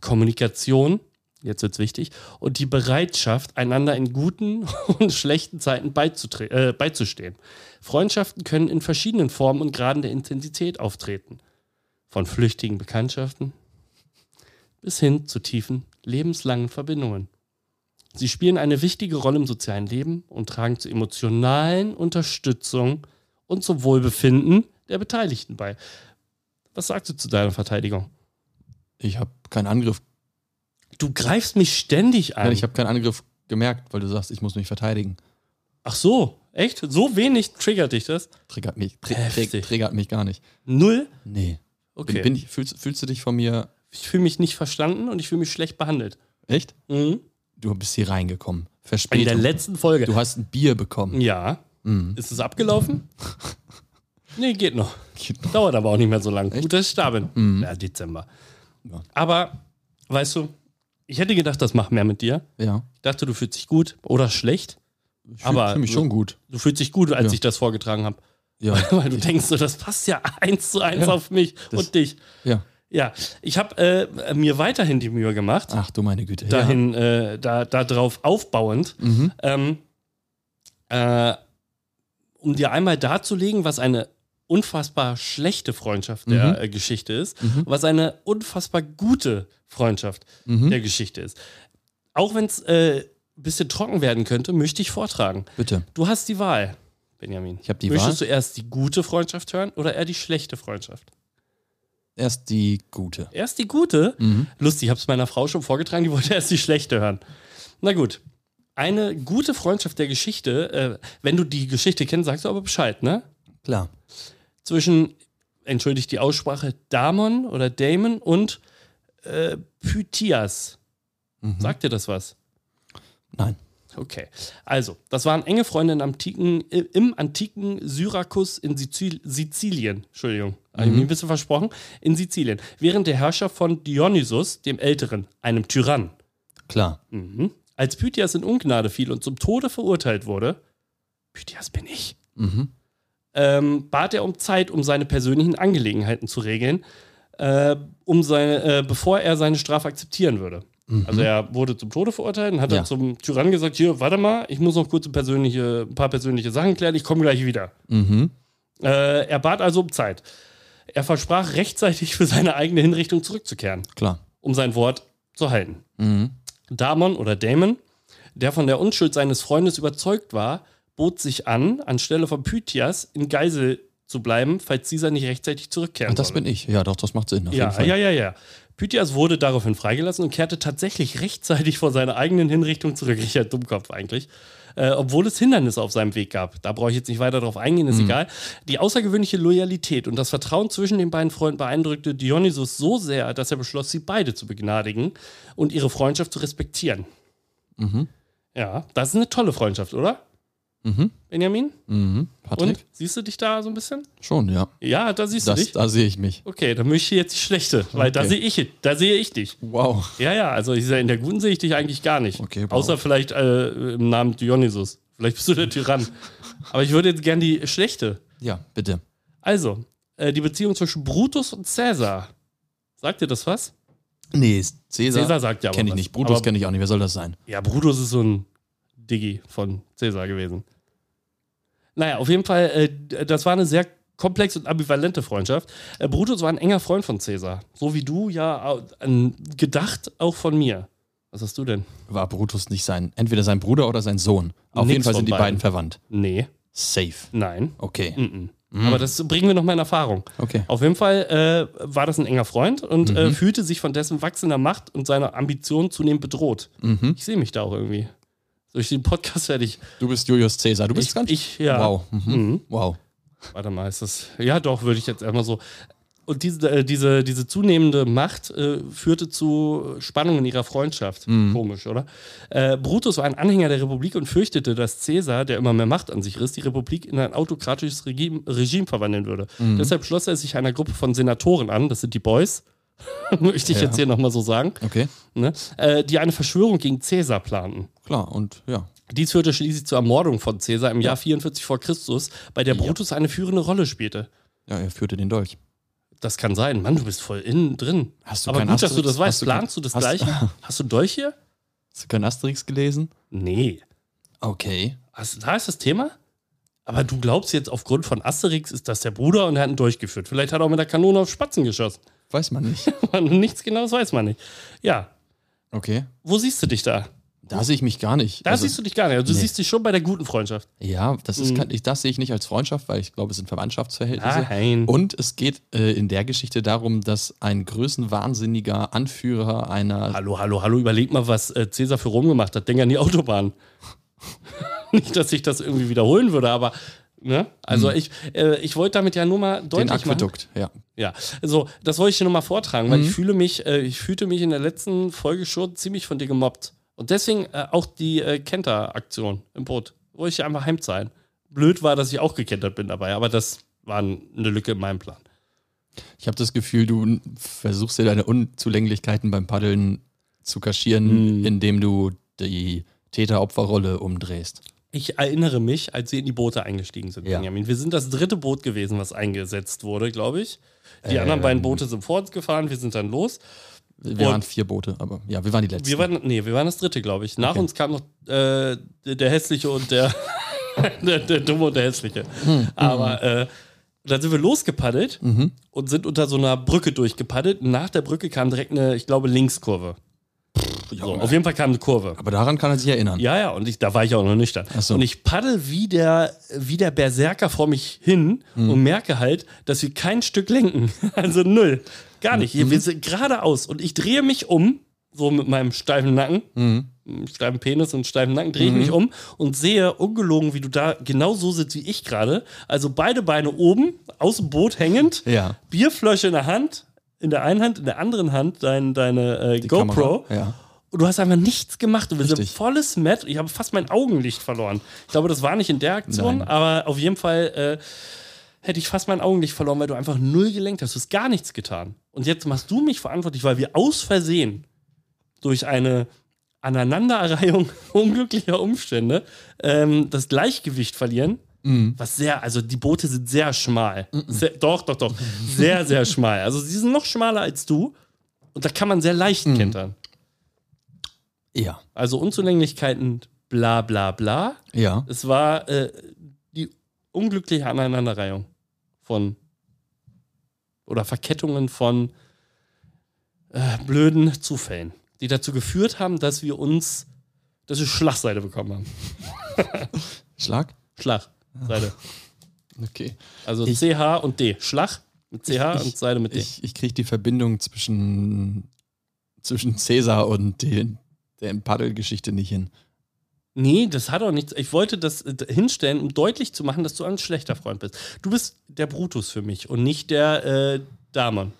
Speaker 1: Kommunikation, jetzt wird's wichtig, und die Bereitschaft, einander in guten und schlechten Zeiten beizutre- äh, beizustehen. Freundschaften können in verschiedenen Formen und Graden der Intensität auftreten. Von flüchtigen Bekanntschaften bis hin zu tiefen, lebenslangen Verbindungen. Sie spielen eine wichtige Rolle im sozialen Leben und tragen zur emotionalen Unterstützung und zum Wohlbefinden der Beteiligten bei. Was sagst du zu deiner Verteidigung?
Speaker 2: Ich habe keinen Angriff.
Speaker 1: Du greifst mich ständig an.
Speaker 2: Nein, ich habe keinen Angriff gemerkt, weil du sagst, ich muss mich verteidigen.
Speaker 1: Ach so, echt? So wenig triggert dich das?
Speaker 2: Triggert mich, tri tri
Speaker 1: Heftig.
Speaker 2: triggert mich gar nicht.
Speaker 1: Null?
Speaker 2: Nee.
Speaker 1: Okay.
Speaker 2: Bin, bin ich, fühlst, fühlst du dich von mir
Speaker 1: ich fühle mich nicht verstanden und ich fühle mich schlecht behandelt.
Speaker 2: echt?
Speaker 1: Mhm.
Speaker 2: Du bist hier reingekommen.
Speaker 1: In
Speaker 2: Verspätet.
Speaker 1: der letzten Folge.
Speaker 2: Du hast ein Bier bekommen.
Speaker 1: ja.
Speaker 2: Mhm.
Speaker 1: Ist es abgelaufen? nee, geht noch.
Speaker 2: Geht noch.
Speaker 1: Dauert aber auch nicht mehr so lange.
Speaker 2: Echt?
Speaker 1: Gut, dass ich da bin.
Speaker 2: Mhm.
Speaker 1: Ja, Dezember.
Speaker 2: Ja.
Speaker 1: Aber, weißt du, ich hätte gedacht, das macht mehr mit dir.
Speaker 2: Ja.
Speaker 1: Ich dachte, du fühlst dich gut oder schlecht.
Speaker 2: Ich
Speaker 1: Aber-
Speaker 2: fühle mich schon gut.
Speaker 1: Du fühlst dich gut, als
Speaker 2: Ja.
Speaker 1: ich das vorgetragen habe.
Speaker 2: Ja.
Speaker 1: Weil du denkst so, das passt ja eins zu eins
Speaker 2: Ja.
Speaker 1: auf mich
Speaker 2: Das-
Speaker 1: und dich.
Speaker 2: ja.
Speaker 1: Ja, ich habe äh, mir weiterhin die Mühe gemacht.
Speaker 2: Ach du meine Güte.
Speaker 1: dahin, äh, da, da drauf aufbauend,
Speaker 2: Ja. Mhm.
Speaker 1: ähm, äh, um dir einmal darzulegen, was eine unfassbar schlechte Freundschaft der
Speaker 2: Mhm.
Speaker 1: äh, Geschichte ist,
Speaker 2: Mhm.
Speaker 1: was eine unfassbar gute Freundschaft
Speaker 2: Mhm.
Speaker 1: der Geschichte ist. Auch wenn es äh, ein bisschen trocken werden könnte, möchte ich vortragen.
Speaker 2: Bitte.
Speaker 1: Du hast die Wahl, Benjamin.
Speaker 2: Ich hab die
Speaker 1: Möchtest du erst die gute Freundschaft hören oder eher die schlechte Freundschaft?
Speaker 2: Erst die gute.
Speaker 1: Erst die gute. Lustig, ich habe es meiner Frau schon vorgetragen, die wollte erst die schlechte hören. Na gut. Eine gute Freundschaft der Geschichte, äh, wenn du die Geschichte kennst, sagst du aber Bescheid, ne?
Speaker 2: Klar.
Speaker 1: Zwischen, entschuldigt die Aussprache, Damon oder Damon und äh, Pythias. Sagt dir das was?
Speaker 2: Nein.
Speaker 1: Okay. Also, das waren enge Freunde in antiken, äh, im antiken Syrakus in Sizil Sizilien. Entschuldigung, hab ich mir ein bisschen versprochen. In Sizilien. Während der Herrscher von Dionysus, dem Älteren, einem Tyrann.
Speaker 2: Klar.
Speaker 1: Mhm. Als Pythias in Ungnade fiel und zum Tode verurteilt wurde, Pythias bin ich,
Speaker 2: Mhm.
Speaker 1: ähm, bat er um Zeit, um seine persönlichen Angelegenheiten zu regeln, äh, um seine, äh, bevor er seine Strafe akzeptieren würde. Also er wurde zum Tode verurteilt und hat
Speaker 2: Ja.
Speaker 1: dann zum Tyrann gesagt, hier, warte mal, ich muss noch kurz ein, persönliche, ein paar persönliche Sachen klären, ich komme gleich wieder.
Speaker 2: Mhm.
Speaker 1: Äh, er bat also um Zeit. Er versprach, rechtzeitig für seine eigene Hinrichtung zurückzukehren,
Speaker 2: Klar.
Speaker 1: um sein Wort zu halten.
Speaker 2: Mhm.
Speaker 1: Damon oder Damon, der von der Unschuld seines Freundes überzeugt war, bot sich an, anstelle von Pythias in Geisel zu bleiben, falls dieser nicht rechtzeitig zurückkehren
Speaker 2: Und das
Speaker 1: solle.
Speaker 2: bin ich. Ja, doch, das macht Sinn. Auf jeden
Speaker 1: ja,
Speaker 2: Fall.
Speaker 1: ja, ja, ja. Pythias wurde daraufhin freigelassen und kehrte tatsächlich rechtzeitig vor seiner eigenen Hinrichtung zurück. Richard Dummkopf eigentlich. Äh, obwohl es Hindernisse auf seinem Weg gab. Da brauche ich jetzt nicht weiter drauf eingehen,
Speaker 2: Mhm.
Speaker 1: ist egal. Die außergewöhnliche Loyalität und das Vertrauen zwischen den beiden Freunden beeindruckte Dionysus so sehr, dass er beschloss, sie beide zu begnadigen und ihre Freundschaft zu respektieren.
Speaker 2: Mhm.
Speaker 1: Ja, das ist eine tolle Freundschaft, oder?
Speaker 2: Mhm.
Speaker 1: Benjamin?
Speaker 2: Mhm. Patrick?
Speaker 1: Und? Siehst du dich da so ein bisschen?
Speaker 2: Schon, ja.
Speaker 1: Ja, da siehst du
Speaker 2: Das,
Speaker 1: dich.
Speaker 2: da sehe ich mich.
Speaker 1: Okay, dann möchte ich jetzt die schlechte, weil da
Speaker 2: Okay.
Speaker 1: sehe ich, da sehe ich dich.
Speaker 2: Wow.
Speaker 1: Ja, ja, also ich sag, in der guten sehe ich dich eigentlich gar nicht.
Speaker 2: Okay, wow.
Speaker 1: Außer vielleicht äh, im Namen Dionysus. Vielleicht bist du der Tyrann. Aber ich würde jetzt gern die schlechte.
Speaker 2: Ja, bitte.
Speaker 1: Also, äh, die Beziehung zwischen Brutus und Caesar. Sagt dir das was?
Speaker 2: Nee, Cäsar,
Speaker 1: Caesar sagt ja aber
Speaker 2: kenne ich
Speaker 1: was.
Speaker 2: nicht. Brutus
Speaker 1: Aber-
Speaker 2: kenne ich auch nicht. Wer soll das sein?
Speaker 1: Ja, Brutus ist so ein Diggi von Cäsar gewesen. Naja, auf jeden Fall, äh, das war eine sehr komplex und ambivalente Freundschaft. Äh, Brutus war ein enger Freund von Cäsar. So wie du ja äh, an- gedacht, auch von mir. Was hast du denn?
Speaker 2: War Brutus nicht sein, entweder sein Bruder oder sein Sohn. Auf
Speaker 1: Nix
Speaker 2: jeden Fall
Speaker 1: von
Speaker 2: sind die
Speaker 1: beiden.
Speaker 2: beiden verwandt.
Speaker 1: Nee,
Speaker 2: Safe.
Speaker 1: nein.
Speaker 2: Okay.
Speaker 1: Mm
Speaker 2: Mhm.
Speaker 1: -mm. Aber das bringen wir nochmal in Erfahrung.
Speaker 2: Okay.
Speaker 1: Auf jeden Fall äh, war das ein enger Freund und
Speaker 2: Mhm.
Speaker 1: äh, fühlte sich von dessen wachsender Macht und seiner Ambition zunehmend bedroht. Ich sehe mich da auch irgendwie. Durch den Podcast werde ich.
Speaker 2: Mhm. Du bist Julius Cäsar. Du bist
Speaker 1: ich,
Speaker 2: ganz.
Speaker 1: ich, ja.
Speaker 2: Wow. Mhm.
Speaker 1: Mhm.
Speaker 2: Wow.
Speaker 1: Warte mal, ist das. Ja, doch, würde ich jetzt erstmal so. Und diese, äh, diese, diese zunehmende Macht äh, führte zu Spannungen in ihrer Freundschaft. Komisch, oder? Äh, Brutus war ein Anhänger der Republik und fürchtete, dass Caesar, der immer mehr Macht an sich riss, die Republik in ein autokratisches Regime, Regime verwandeln würde. Deshalb schloss er sich einer Gruppe von Senatoren an, das sind die Boys, möchte ich
Speaker 2: Ja.
Speaker 1: jetzt hier nochmal so sagen,
Speaker 2: Okay.
Speaker 1: ne? äh, die eine Verschwörung gegen Caesar planten.
Speaker 2: Klar. Und ja.
Speaker 1: Dies führte schließlich zur Ermordung von Caesar im Jahr 44 vor Christus, bei der Brutus eine führende Rolle spielte.
Speaker 2: Ja, er führte den Dolch.
Speaker 1: Das kann sein. Mann, du bist voll innen drin.
Speaker 2: Hast du
Speaker 1: Aber
Speaker 2: keinen
Speaker 1: gut, dass du
Speaker 2: Asterix?
Speaker 1: das weißt.
Speaker 2: Hast du kein-
Speaker 1: Planst du das
Speaker 2: hast-
Speaker 1: Gleiche? Hast du Dolch hier?
Speaker 2: Hast du keinen Asterix gelesen?
Speaker 1: Nee.
Speaker 2: Okay.
Speaker 1: Hast, da ist das Thema? Aber du glaubst jetzt aufgrund von Asterix ist das der Bruder und er hat ihn durchgeführt. Vielleicht hat er auch mit der Kanone auf Spatzen geschossen.
Speaker 2: Weiß man nicht.
Speaker 1: Nichts genaues weiß man nicht. Ja.
Speaker 2: Okay.
Speaker 1: Wo siehst du dich da?
Speaker 2: Da sehe ich mich gar nicht.
Speaker 1: Da
Speaker 2: Also-
Speaker 1: siehst du dich gar nicht. Also, du
Speaker 2: nee.
Speaker 1: siehst dich schon bei der guten Freundschaft.
Speaker 2: Ja, das, ist,
Speaker 1: Mhm.
Speaker 2: kein- ich, das sehe ich nicht als Freundschaft, weil ich glaube, es sind Verwandtschaftsverhältnisse.
Speaker 1: Nein.
Speaker 2: Und es geht äh, in der Geschichte darum, dass ein größenwahnsinniger Anführer einer.
Speaker 1: Hallo, hallo, hallo, überleg mal, was äh, Cäsar für Rom gemacht hat. Denk an die Autobahn. Nicht, dass ich das irgendwie wiederholen würde, aber ne? Also ich, äh, ich wollte damit ja nur mal
Speaker 2: Hm. Den
Speaker 1: deutlich machen.
Speaker 2: Aquädukt, ja.
Speaker 1: Ja, also das wollte ich dir nur mal vortragen,
Speaker 2: Mhm.
Speaker 1: weil ich fühle mich, äh, ich fühlte mich in der letzten Folge schon ziemlich von dir gemobbt. Und deswegen äh, auch die äh, Kenter-Aktion im Boot. Wollte ich dir einfach heim sein. Blöd war, dass ich auch gekentert bin dabei, aber das war n- eine Lücke in meinem Plan.
Speaker 2: Ich habe das Gefühl, du n- versuchst dir deine Unzulänglichkeiten beim Paddeln zu kaschieren,
Speaker 1: Mhm.
Speaker 2: indem du die Täter-Opfer-Rolle umdrehst.
Speaker 1: Ich erinnere mich, als wir in die Boote eingestiegen sind,
Speaker 2: Ja.
Speaker 1: Benjamin. Wir sind das dritte Boot gewesen, was eingesetzt wurde, glaube ich. Die anderen
Speaker 2: Ähm.
Speaker 1: beiden Boote sind vor uns gefahren, wir sind dann los.
Speaker 2: Wir
Speaker 1: Und-
Speaker 2: waren vier Boote, aber ja, wir waren die letzten.
Speaker 1: Wir waren, nee, wir waren das dritte, glaube ich. Nach uns kam noch äh, der, der Hässliche und der, der, der Dumme und der Hässliche.
Speaker 2: Hm,
Speaker 1: Aber äh, dann sind wir losgepaddelt
Speaker 2: Mhm.
Speaker 1: und sind unter so einer Brücke durchgepaddelt. Nach der Brücke kam direkt eine, ich glaube, Linkskurve. So, auf jeden Fall kam eine Kurve.
Speaker 2: Aber daran kann er sich erinnern.
Speaker 1: Ja, ja, und ich, da war ich auch noch nüchtern.
Speaker 2: Ach so.
Speaker 1: Und ich paddel wie der, wie der Berserker vor mich hin
Speaker 2: Hm.
Speaker 1: und merke halt, dass wir kein Stück lenken. Also null.
Speaker 2: Hm,
Speaker 1: Gar nicht.
Speaker 2: mhm.
Speaker 1: Wir sind geradeaus. Und ich drehe mich um, so mit meinem steifen Nacken,
Speaker 2: Mhm.
Speaker 1: steifen Penis und steifen Nacken, drehe ich mich um und sehe, ungelogen, wie du da genau so sitzt wie ich gerade. Also beide Beine oben, aus dem Boot hängend,
Speaker 2: Ja.
Speaker 1: Bierflasche in der Hand, in der einen Hand, in der anderen Hand dein, deine äh,
Speaker 2: Die
Speaker 1: GoPro.
Speaker 2: Kamera. Ja.
Speaker 1: Und du hast einfach nichts gemacht. Du bist ein
Speaker 2: Richtig.
Speaker 1: volles Met. Ich habe fast mein Augenlicht verloren. Ich glaube, das war nicht in der Aktion,
Speaker 2: Nein.
Speaker 1: aber auf jeden Fall äh, hätte ich fast mein Augenlicht verloren, weil du einfach null gelenkt hast. Du hast gar nichts getan. Und jetzt machst du mich verantwortlich, weil wir aus Versehen durch eine Aneinanderreihung unglücklicher Umstände ähm, das Gleichgewicht verlieren.
Speaker 2: Mhm.
Speaker 1: Was sehr, also die Boote sind sehr schmal. Sehr, doch, doch, doch. Sehr, sehr schmal. Also sie sind noch schmaler als du. Und da kann man sehr leicht
Speaker 2: Mhm.
Speaker 1: kentern.
Speaker 2: Ja.
Speaker 1: Also Unzulänglichkeiten, bla bla bla.
Speaker 2: Ja.
Speaker 1: Es war äh, die unglückliche Aneinanderreihung von oder Verkettungen von äh, blöden Zufällen, die dazu geführt haben, dass wir uns, dass wir Schlagseite bekommen haben.
Speaker 2: Schlag?
Speaker 1: Schlagseite.
Speaker 2: Okay.
Speaker 1: Also
Speaker 2: Ich-
Speaker 1: CH und D. Schlag mit CH
Speaker 2: Ich-
Speaker 1: und Seite mit D.
Speaker 2: Ich, ich kriege die Verbindung zwischen, zwischen Cäsar und den, der Paddelgeschichte nicht hin.
Speaker 1: Nee, das hat auch nichts. Ich wollte das äh, hinstellen, um deutlich zu machen, dass du ein schlechter Freund bist. Du bist der Brutus für mich und nicht der äh, Damon.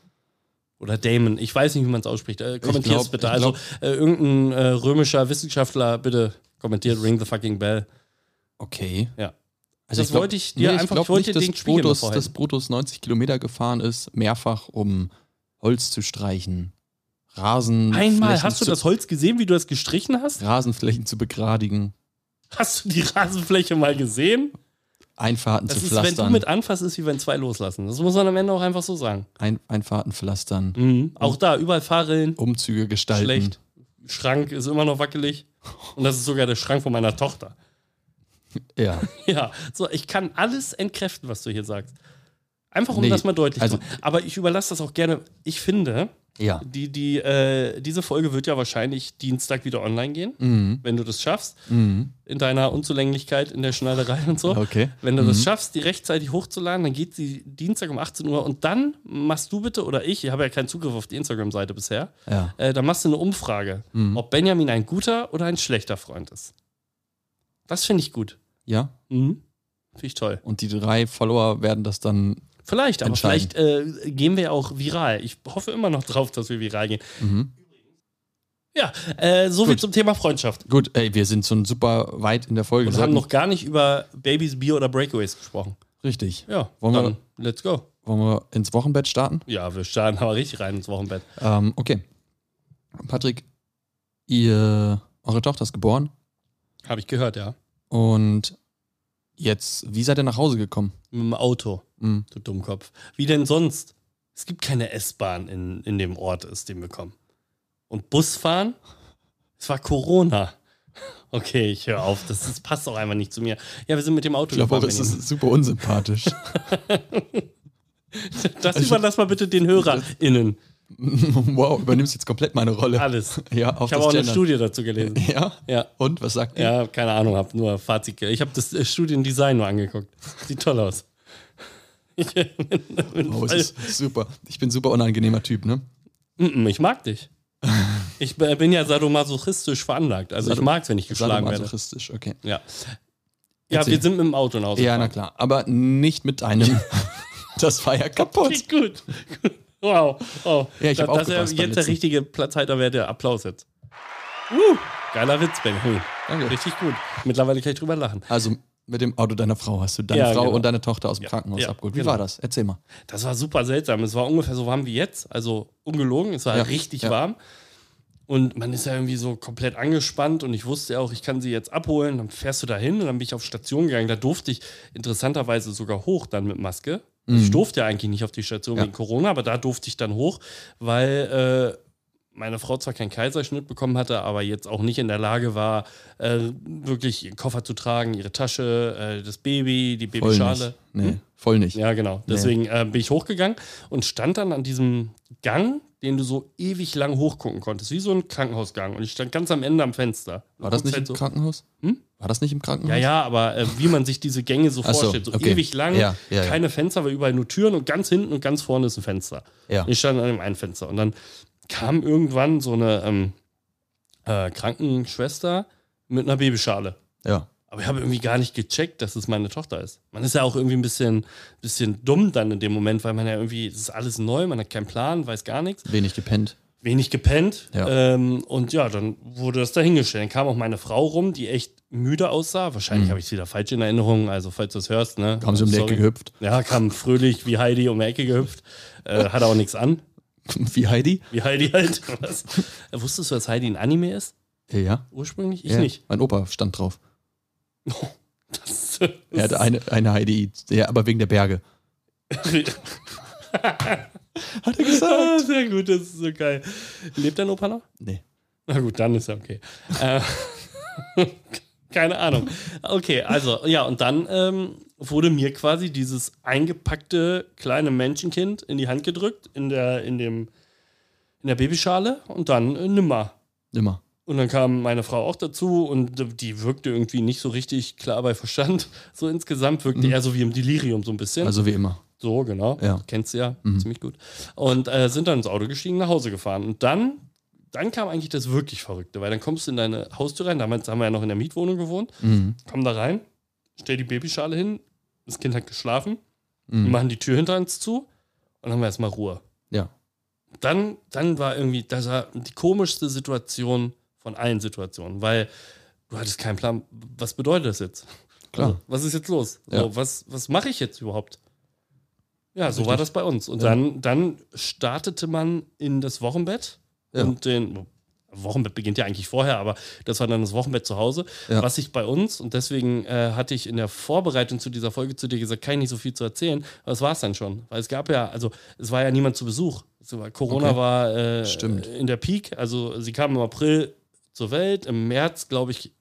Speaker 1: Oder Damon. Ich weiß nicht, wie man es ausspricht. Äh, kommentiert es
Speaker 2: glaub-
Speaker 1: bitte.
Speaker 2: ich
Speaker 1: Also
Speaker 2: glaub-
Speaker 1: äh, irgendein äh, römischer Wissenschaftler, bitte kommentiert, ring the fucking bell.
Speaker 2: Okay.
Speaker 1: Ja.
Speaker 2: Also
Speaker 1: Das
Speaker 2: ich glaub,
Speaker 1: wollte ich dir einfach- ich
Speaker 2: glaub
Speaker 1: wollte dir
Speaker 2: nicht, dass
Speaker 1: den Spiegel
Speaker 2: Brutus,
Speaker 1: vorhalten.
Speaker 2: dass Brutus 90 Kilometer gefahren ist, mehrfach, um Holz zu streichen, Rasen.
Speaker 1: Einmal,
Speaker 2: Flächen
Speaker 1: hast du
Speaker 2: zu,
Speaker 1: das Holz gesehen, wie du das gestrichen hast?
Speaker 2: Rasenflächen zu begradigen,
Speaker 1: Hast du die Rasenfläche mal gesehen?
Speaker 2: Einfahrten
Speaker 1: Das
Speaker 2: zu
Speaker 1: ist, wenn du
Speaker 2: pflastern,
Speaker 1: mit anfasst, ist wie wenn zwei loslassen. Das muss man am Ende auch einfach so sagen.
Speaker 2: Ein, Einfahrten pflastern,
Speaker 1: Mhm. Auch da, überall Fahrrillen.
Speaker 2: Umzüge gestalten.
Speaker 1: schlecht. Schrank ist immer noch wackelig. Und das ist sogar der Schrank von meiner Tochter.
Speaker 2: Ja.
Speaker 1: Ja, so, ich kann alles entkräften, was du hier sagst. Einfach, um
Speaker 2: Nee,
Speaker 1: das mal deutlich
Speaker 2: also-
Speaker 1: zu machen. Aber ich überlasse das auch gerne. Ich finde,
Speaker 2: Ja.
Speaker 1: die, die, äh, diese Folge wird ja wahrscheinlich Dienstag wieder online gehen,
Speaker 2: Mhm.
Speaker 1: wenn du das schaffst.
Speaker 2: Mhm.
Speaker 1: In deiner Unzulänglichkeit, in der Schneiderei und so.
Speaker 2: Okay. Mhm.
Speaker 1: Wenn du das schaffst, die rechtzeitig hochzuladen, dann geht sie Dienstag um 18 Uhr und dann machst du bitte oder ich, ich habe ja keinen Zugriff auf die Instagram-Seite bisher,
Speaker 2: Ja.
Speaker 1: äh, dann machst du eine Umfrage, ob Benjamin ein guter oder ein schlechter Freund ist. Das finde ich gut.
Speaker 2: Ja.
Speaker 1: Mhm. Finde ich toll.
Speaker 2: Und die drei Follower werden das dann.
Speaker 1: Vielleicht, aber
Speaker 2: Entscheiden.
Speaker 1: vielleicht äh, gehen wir auch viral. Ich hoffe immer noch drauf, dass wir viral gehen.
Speaker 2: Mhm.
Speaker 1: Ja, äh, so viel
Speaker 2: Gut.
Speaker 1: zum Thema Freundschaft.
Speaker 2: Gut, ey, wir sind schon super weit in der Folge.
Speaker 1: Wir haben noch gar nicht über Babys, Bier oder Breakaways gesprochen.
Speaker 2: richtig.
Speaker 1: Ja,
Speaker 2: Wollen wir-
Speaker 1: dann let's go.
Speaker 2: Wollen wir ins Wochenbett starten?
Speaker 1: Ja, wir starten aber richtig rein ins Wochenbett.
Speaker 2: Ähm, okay. Patrick, ihr, eure Tochter ist geboren
Speaker 1: Habe ich gehört, ja.
Speaker 2: und jetzt, wie seid ihr nach Hause gekommen?
Speaker 1: Mit dem Auto,
Speaker 2: Mhm.
Speaker 1: du Dummkopf. Wie denn sonst? Es gibt keine S-Bahn in, in dem Ort, ist den wir kommen. Und Busfahren? Es war Corona. Okay, ich höre auf. Das, das passt auch einfach nicht zu mir. Ja, wir sind mit dem Auto
Speaker 2: Ich glaube, das
Speaker 1: Benjamin.
Speaker 2: ist super unsympathisch. Also
Speaker 1: Das überlass mal bitte den HörerInnen.
Speaker 2: wow, übernimmst jetzt komplett meine Rolle.
Speaker 1: Alles.
Speaker 2: Ja, auf
Speaker 1: Ich habe
Speaker 2: das
Speaker 1: auch eine
Speaker 2: Gendern.
Speaker 1: Studie dazu gelesen.
Speaker 2: Ja?
Speaker 1: Ja.
Speaker 2: Und, was sagt ihr?
Speaker 1: Ja, keine Ahnung, hab nur Fazit. ge- Ich habe das äh, Studiendesign nur angeguckt. Sieht toll aus. Ich,
Speaker 2: Oh, es ist super. Ich bin super unangenehmer Typ, ne?
Speaker 1: Mm-mm, ich mag dich. Ich b- bin ja sadomasochistisch veranlagt. Also ich
Speaker 2: Sado-
Speaker 1: mag's, wenn ich geschlagen werde.
Speaker 2: Sadomasochistisch, okay.
Speaker 1: Ja. Ja,
Speaker 2: Erzähl.
Speaker 1: wir sind mit dem Auto nach Hause.
Speaker 2: Ja, na
Speaker 1: gefahren.
Speaker 2: klar. Aber nicht mit einem. das war ja kaputt.
Speaker 1: Klingt gut. Wow. Oh.
Speaker 2: Ja, ich hab
Speaker 1: das
Speaker 2: aufgepasst
Speaker 1: jetzt
Speaker 2: beim
Speaker 1: der
Speaker 2: letzten.
Speaker 1: richtige Platzhalter wäre der Applaus jetzt. Uh, geiler Witz, Benjamin.
Speaker 2: Danke.
Speaker 1: Richtig gut. Mittlerweile kann ich drüber lachen.
Speaker 2: Also mit dem Auto deiner Frau hast du deine
Speaker 1: Ja,
Speaker 2: Frau
Speaker 1: genau.
Speaker 2: und deine Tochter aus dem Krankenhaus
Speaker 1: ja,
Speaker 2: abgeholt. Wie
Speaker 1: genau.
Speaker 2: war das? Erzähl mal.
Speaker 1: Das war super seltsam. Es war ungefähr so warm wie jetzt. Also ungelogen. Es war
Speaker 2: Ja,
Speaker 1: richtig
Speaker 2: ja.
Speaker 1: warm. Und man ist ja irgendwie so komplett angespannt und ich wusste ja auch, ich kann sie jetzt abholen. Dann fährst du da hin und dann bin ich auf Station gegangen. Da durfte ich interessanterweise sogar hoch dann mit Maske. Ich durfte ja eigentlich nicht auf die Station
Speaker 2: Mhm. Ja.
Speaker 1: wegen Corona, aber da durfte ich dann hoch, weil äh, meine Frau zwar keinen Kaiserschnitt bekommen hatte, aber jetzt auch nicht in der Lage war, äh, wirklich ihren Koffer zu tragen, ihre Tasche, äh, das Baby, die
Speaker 2: Voll
Speaker 1: Babyschale.
Speaker 2: nicht. Nee, voll nicht.
Speaker 1: Ja, genau. Deswegen äh, bin ich hochgegangen und stand dann an diesem Gang, den du so ewig lang hochgucken konntest, wie so ein Krankenhausgang. Und ich stand ganz am Ende am Fenster.
Speaker 2: War das
Speaker 1: Und
Speaker 2: nicht
Speaker 1: halt
Speaker 2: im Krankenhaus?
Speaker 1: Hm?
Speaker 2: War das nicht im Krankenhaus?
Speaker 1: Ja, ja, aber äh, wie man sich diese Gänge so
Speaker 2: Ach so,
Speaker 1: vorstellt, so
Speaker 2: okay.
Speaker 1: ewig lang,
Speaker 2: Ja, ja, ja.
Speaker 1: keine Fenster, weil überall nur Türen und ganz hinten und ganz vorne ist ein Fenster.
Speaker 2: Ja.
Speaker 1: Und Ich stand an dem einen Fenster und dann kam irgendwann so eine ähm, äh, Krankenschwester mit einer Babyschale.
Speaker 2: ja.
Speaker 1: Aber ich habe irgendwie gar nicht gecheckt, dass es meine Tochter ist. Man ist ja auch irgendwie ein bisschen, bisschen dumm dann in dem Moment, weil man ja irgendwie, es ist alles neu, man hat keinen Plan, weiß gar nichts
Speaker 2: Wenig gepennt.
Speaker 1: wenig gepennt.
Speaker 2: Ja.
Speaker 1: Ähm, und ja, dann wurde das dahingestellt. Dann kam auch meine Frau rum, die echt müde aussah. Wahrscheinlich habe ich es wieder falsch in Erinnerung. Also, falls du es hörst, ne?
Speaker 2: Haben Mhm. sie um die
Speaker 1: Sorry.
Speaker 2: Ecke gehüpft.
Speaker 1: Ja, kam fröhlich wie Heidi um die Ecke gehüpft. Äh, hatte auch nichts an.
Speaker 2: Wie Heidi?
Speaker 1: Wie Heidi halt. Was? Wusstest du, dass Heidi ein Anime ist?
Speaker 2: Ja.
Speaker 1: Ursprünglich? Ich
Speaker 2: ja.
Speaker 1: nicht.
Speaker 2: Mein Opa stand drauf.
Speaker 1: Das,
Speaker 2: Er hatte eine, eine Heidi. Ja, aber wegen der Berge. Hat er
Speaker 1: Ah, Sehr gut, das ist so geil. Lebt dein Opa noch?
Speaker 2: Nee.
Speaker 1: Na gut, dann ist ja okay. Äh, Keine Ahnung. Okay, also ja, und dann ähm, wurde mir quasi dieses eingepackte kleine Menschenkind in die Hand gedrückt, in der, in dem, in der Babyschale und dann äh, nimmer.
Speaker 2: Immer.
Speaker 1: Und dann kam meine Frau auch dazu und die wirkte irgendwie nicht so richtig klar bei Verstand. So insgesamt wirkte er so wie im Delirium so ein bisschen.
Speaker 2: Mhm. Also wie immer.
Speaker 1: So, genau.
Speaker 2: Ja. Mhm.
Speaker 1: Kennst du ja ziemlich gut. Und äh, sind dann ins Auto gestiegen, nach Hause gefahren. Und dann, dann kam eigentlich das wirklich Verrückte, weil dann kommst du in deine Haustür rein. Damals haben wir ja noch in der Mietwohnung gewohnt.
Speaker 2: Mhm.
Speaker 1: Komm da rein, stell die Babyschale hin. Das Kind hat geschlafen. Wir
Speaker 2: Mhm.
Speaker 1: machen die Tür hinter uns zu und haben wir erstmal Ruhe.
Speaker 2: Ja.
Speaker 1: Dann, dann war irgendwie, das war die komischste Situation von allen Situationen, weil du hattest keinen Plan, was bedeutet das jetzt?
Speaker 2: Klar.
Speaker 1: Also, was ist jetzt los?
Speaker 2: Ja.
Speaker 1: So, was was mache ich jetzt überhaupt? Ja, so
Speaker 2: Richtig.
Speaker 1: war das bei uns. Und
Speaker 2: Ja.
Speaker 1: dann, dann startete man in das Wochenbett
Speaker 2: Ja.
Speaker 1: und den. Wochenbett beginnt ja eigentlich vorher, aber das war dann das Wochenbett zu Hause.
Speaker 2: Ja.
Speaker 1: Was ich bei uns, und deswegen äh, hatte ich in der Vorbereitung zu dieser Folge zu dir gesagt, kann ich nicht so viel zu erzählen, aber das war es dann schon. Weil es gab ja, also es war ja niemand zu Besuch. Es war, Corona
Speaker 2: Okay.
Speaker 1: war äh,
Speaker 2: Stimmt.
Speaker 1: in der Peak, also sie kam im April zur Welt, im März, glaube ich,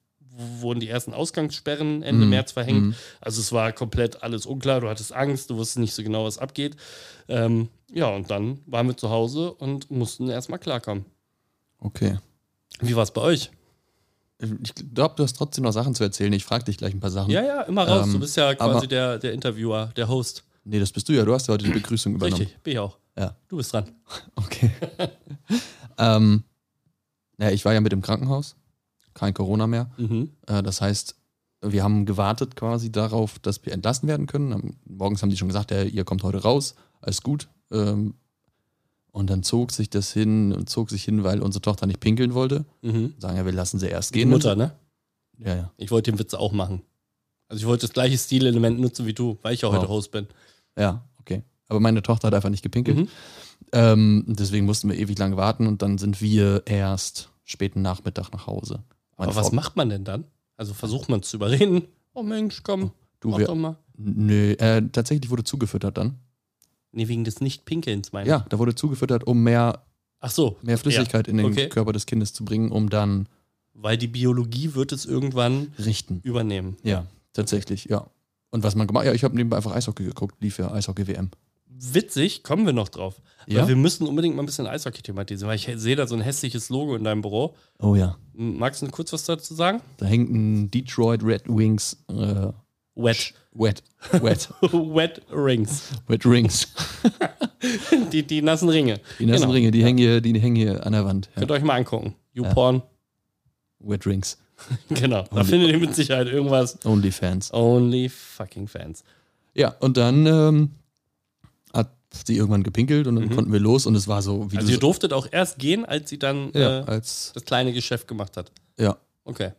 Speaker 1: wurden die ersten Ausgangssperren Ende
Speaker 2: Mhm.
Speaker 1: März verhängt.
Speaker 2: Mhm.
Speaker 1: Also es war komplett alles unklar, du hattest Angst, du wusstest nicht so genau, was abgeht. Ähm, ja, und dann waren wir zu Hause und mussten erstmal klarkommen.
Speaker 2: Okay.
Speaker 1: Wie war es bei euch?
Speaker 2: Ich glaube, du hast trotzdem noch Sachen zu erzählen. Ich frage dich gleich ein paar Sachen.
Speaker 1: Ja, ja, immer raus.
Speaker 2: Ähm,
Speaker 1: du bist ja
Speaker 2: aber-
Speaker 1: quasi der, der Interviewer, der Host.
Speaker 2: Nee, das bist du ja. Du hast ja heute die Begrüßung übernommen.
Speaker 1: Richtig, bin ich auch.
Speaker 2: Ja.
Speaker 1: Du bist dran.
Speaker 2: Okay. ähm, naja, ich war ja mit im Krankenhaus. Kein Corona mehr.
Speaker 1: Mhm.
Speaker 2: Äh, das heißt, wir haben gewartet quasi darauf, dass wir entlassen werden können. Am, morgens haben die schon gesagt, ja, ihr kommt heute raus, alles gut. Ähm, und dann zog sich das hin und zog sich hin, weil unsere Tochter nicht pinkeln wollte.
Speaker 1: Mhm.
Speaker 2: Sagen ja, wir lassen sie erst
Speaker 1: Die
Speaker 2: gehen.
Speaker 1: Mutter, ne?
Speaker 2: Ja, ja.
Speaker 1: Ich wollte den Witz auch machen. Also ich wollte das gleiche Stilelement nutzen wie du, weil ich ja heute
Speaker 2: Wow.
Speaker 1: Host bin.
Speaker 2: Ja, okay. Aber meine Tochter hat einfach nicht gepinkelt.
Speaker 1: Mhm.
Speaker 2: Ähm, deswegen mussten wir ewig lange warten und dann sind wir erst späten Nachmittag nach Hause. Meine
Speaker 1: Aber was
Speaker 2: Frau-
Speaker 1: macht man denn dann? Also versucht man es zu überreden. Oh Mensch, komm,
Speaker 2: du?
Speaker 1: mach
Speaker 2: Wir,
Speaker 1: doch mal.
Speaker 2: nö, äh, tatsächlich wurde zugefüttert dann.
Speaker 1: Nee, wegen des Nicht-Pinkelns, meine ich.
Speaker 2: Ja, da wurde zugefüttert, um mehr
Speaker 1: Ach so,
Speaker 2: mehr Flüssigkeit in den
Speaker 1: okay.
Speaker 2: Körper des Kindes zu bringen, um dann
Speaker 1: weil die Biologie wird es irgendwann
Speaker 2: richten.
Speaker 1: übernehmen.
Speaker 2: Ja, tatsächlich, ja. Und was man gemacht, ja, ich habe nebenbei einfach Eishockey geguckt, lief ja Eishockey WM.
Speaker 1: Witzig, kommen wir noch drauf.
Speaker 2: Ja?
Speaker 1: Weil wir müssen unbedingt mal ein bisschen Eishockey thematisieren, weil ich sehe da so ein hässliches Logo in deinem Büro.
Speaker 2: Oh ja,
Speaker 1: Magst du kurz was dazu sagen?
Speaker 2: da hängt ein Detroit Red Wings äh,
Speaker 1: Wet.
Speaker 2: Wet Wet
Speaker 1: Wet Rings.
Speaker 2: Wet Rings.
Speaker 1: Die, die nassen Ringe.
Speaker 2: Die nassen
Speaker 1: Genau.
Speaker 2: Ringe, die hängen hier, die hängen hier an der Wand. Ja.
Speaker 1: Könnt ihr euch mal angucken. YouPorn.
Speaker 2: Wet Rings,
Speaker 1: Genau. Da findet ihr mit Sicherheit irgendwas.
Speaker 2: OnlyFans.
Speaker 1: Only fucking Fans.
Speaker 2: Ja, und dann ähm, hat sie irgendwann gepinkelt und dann konnten wir los und es war so wie
Speaker 1: Also Mhm. ihr durftet auch erst gehen, als sie dann
Speaker 2: ja,
Speaker 1: äh,
Speaker 2: als
Speaker 1: das kleine Geschäft gemacht hat.
Speaker 2: ja.
Speaker 1: Okay.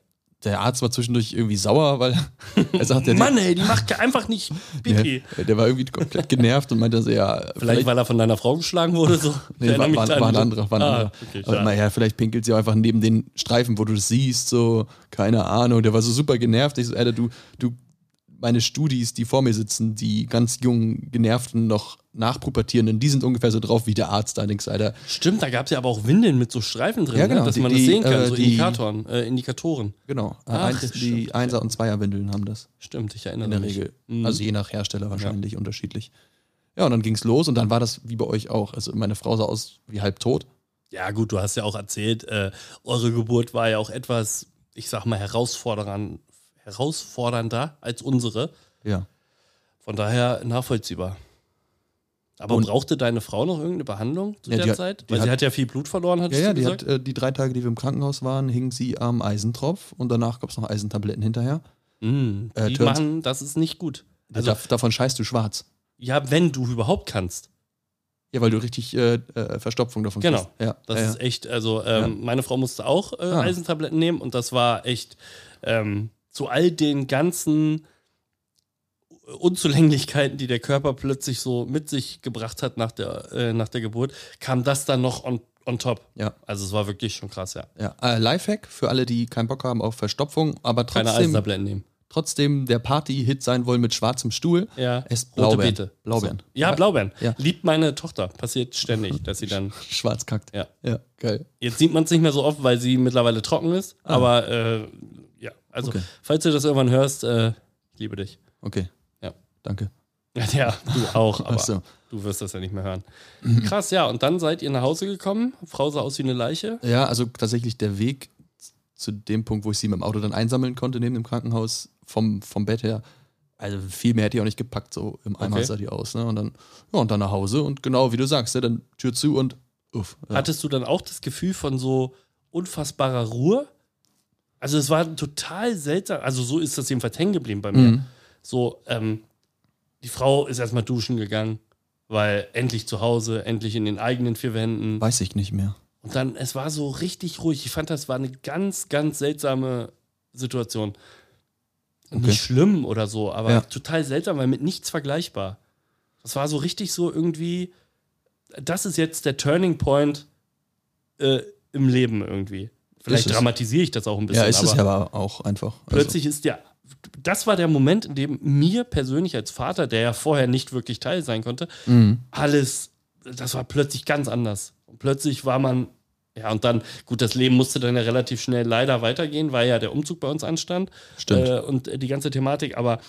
Speaker 2: Der Arzt war zwischendurch irgendwie sauer, weil er sagt, der,
Speaker 1: Mann, ey, die macht einfach nicht Pipi.
Speaker 2: Ja, der war irgendwie komplett genervt und meinte, dass er ja,
Speaker 1: Vielleicht, weil er von deiner Frau geschlagen wurde. So. Ich
Speaker 2: nee, war,
Speaker 1: erinnere mich
Speaker 2: war,
Speaker 1: da
Speaker 2: war ein
Speaker 1: an-
Speaker 2: anderer, war ein
Speaker 1: Ah,
Speaker 2: anderer. Also
Speaker 1: okay,
Speaker 2: Aber
Speaker 1: schade.
Speaker 2: naja, vielleicht pinkelt sie auch einfach neben den Streifen, wo du das siehst, so, keine Ahnung. Der war so super genervt. Ich so, Alter, du, du meine Studis, die vor mir sitzen, die ganz jungen, genervten, noch nachpubertierenden, die sind ungefähr so drauf wie der Arzt allerdings, Alter.
Speaker 1: Stimmt, da gab es ja aber auch Windeln mit so Streifen drin,
Speaker 2: Ja, genau,
Speaker 1: ne? dass
Speaker 2: die-
Speaker 1: man das
Speaker 2: die,
Speaker 1: sehen kann,
Speaker 2: äh,
Speaker 1: so
Speaker 2: die-
Speaker 1: Indikatoren, äh, Indikatoren.
Speaker 2: Genau.
Speaker 1: Ach,
Speaker 2: Eins, die
Speaker 1: stimmt,
Speaker 2: Einser- und Zweierwindeln haben das.
Speaker 1: Stimmt, ich erinnere
Speaker 2: in der
Speaker 1: mich.
Speaker 2: Regel.
Speaker 1: Mhm.
Speaker 2: Also je nach Hersteller wahrscheinlich unterschiedlich. Ja, und dann ging's los und dann war das wie bei euch auch. Also meine Frau sah aus wie halb tot.
Speaker 1: Ja, gut, du hast ja auch erzählt, äh, eure Geburt war ja auch etwas, ich sag mal, herausforderan- herausfordernder als unsere.
Speaker 2: Ja.
Speaker 1: Von daher nachvollziehbar. Aber
Speaker 2: Und-
Speaker 1: brauchte deine Frau noch irgendeine Behandlung zu
Speaker 2: Ja,
Speaker 1: der
Speaker 2: die hat-
Speaker 1: Zeit?
Speaker 2: die
Speaker 1: Weil sie
Speaker 2: hat-
Speaker 1: hat ja viel Blut verloren, hattest
Speaker 2: Ja, ja,
Speaker 1: du
Speaker 2: die,
Speaker 1: gesagt.
Speaker 2: hat, äh, die drei Tage, die wir im Krankenhaus waren, hing sie am Eisentropf und danach gab's noch Eisentabletten hinterher.
Speaker 1: Mm,
Speaker 2: äh,
Speaker 1: die
Speaker 2: turns-
Speaker 1: machen, das ist nicht gut. Also,
Speaker 2: Dav- davon scheißt du schwarz.
Speaker 1: ja, wenn du überhaupt kannst.
Speaker 2: Ja, weil du richtig äh, äh, Verstopfung davon
Speaker 1: Genau.
Speaker 2: kriegst. Ja,
Speaker 1: Das
Speaker 2: ja, ja.
Speaker 1: ist echt, also ähm,
Speaker 2: Ja.
Speaker 1: meine Frau musste auch äh,
Speaker 2: Ah.
Speaker 1: Eisentabletten nehmen und das war echt ähm, zu all den ganzen Unzulänglichkeiten, die der Körper plötzlich so mit sich gebracht hat nach der, äh, nach der Geburt, kam das dann noch on, on top.
Speaker 2: Ja.
Speaker 1: Also es war wirklich schon krass, ja.
Speaker 2: Ja, äh, Lifehack für alle, die keinen Bock haben auf Verstopfung, aber
Speaker 1: Keine
Speaker 2: trotzdem,
Speaker 1: Eisentabletten nehmen.
Speaker 2: trotzdem der Party-Hit sein wollen mit schwarzem Stuhl.
Speaker 1: Ja.
Speaker 2: Esst
Speaker 1: Rote
Speaker 2: Blaubeeren.
Speaker 1: Beete.
Speaker 2: Blaubeeren.
Speaker 1: So. Ja, Blaubeeren.
Speaker 2: Ja.
Speaker 1: Liebt meine Tochter. Passiert ständig, dass sie dann.
Speaker 2: Schwarz kackt.
Speaker 1: Ja.
Speaker 2: ja geil.
Speaker 1: Jetzt sieht man es nicht mehr so oft, weil sie mittlerweile trocken ist.
Speaker 2: Ah.
Speaker 1: Aber äh, ja, also
Speaker 2: Okay.
Speaker 1: falls du das irgendwann hörst, äh, ich liebe dich.
Speaker 2: Okay.
Speaker 1: Ja.
Speaker 2: Danke.
Speaker 1: Ja, du auch, aber
Speaker 2: Ach so. Mhm.
Speaker 1: du wirst das ja nicht mehr hören. Krass, ja. Und dann seid ihr nach Hause gekommen. Frau sah aus wie eine Leiche.
Speaker 2: Ja, also tatsächlich der Weg zu dem Punkt, wo ich sie mit dem Auto dann einsammeln konnte, neben dem Krankenhaus, vom, vom Bett her. Also viel mehr hätte ich auch nicht gepackt, so im Eimer
Speaker 1: Okay.
Speaker 2: sah die aus. Ne? Und dann, ja, und dann nach Hause und genau wie du sagst, ne, dann Tür zu und uff. Ja.
Speaker 1: Hattest du dann auch das Gefühl von so unfassbarer Ruhe? Also es war total seltsam. Also so ist das jedenfalls hängen geblieben bei mir.
Speaker 2: Mhm.
Speaker 1: So, ähm, die Frau ist erstmal duschen gegangen, weil endlich zu Hause, endlich in den eigenen vier Wänden.
Speaker 2: Weiß ich nicht mehr.
Speaker 1: Und dann, es war so richtig ruhig. Ich fand, das war eine ganz, ganz seltsame Situation. Und
Speaker 2: Okay.
Speaker 1: Nicht schlimm oder so, aber
Speaker 2: Ja.
Speaker 1: total seltsam, weil mit nichts vergleichbar. Das war so richtig so irgendwie, das ist jetzt der Turning Point äh, im Leben irgendwie. Vielleicht
Speaker 2: Ist es.
Speaker 1: dramatisiere ich das auch ein bisschen.
Speaker 2: Ja, ist es
Speaker 1: aber
Speaker 2: ja aber auch einfach. Also,
Speaker 1: plötzlich ist der, das war der Moment, in dem mir persönlich als Vater, der ja vorher nicht wirklich Teil sein konnte,
Speaker 2: Mhm.
Speaker 1: alles, das war plötzlich ganz anders. Und plötzlich war man, ja, und dann, gut, das Leben musste dann ja relativ schnell leider weitergehen, weil ja der Umzug bei uns anstand
Speaker 2: Stimmt.
Speaker 1: äh, und äh, die ganze Thematik, aber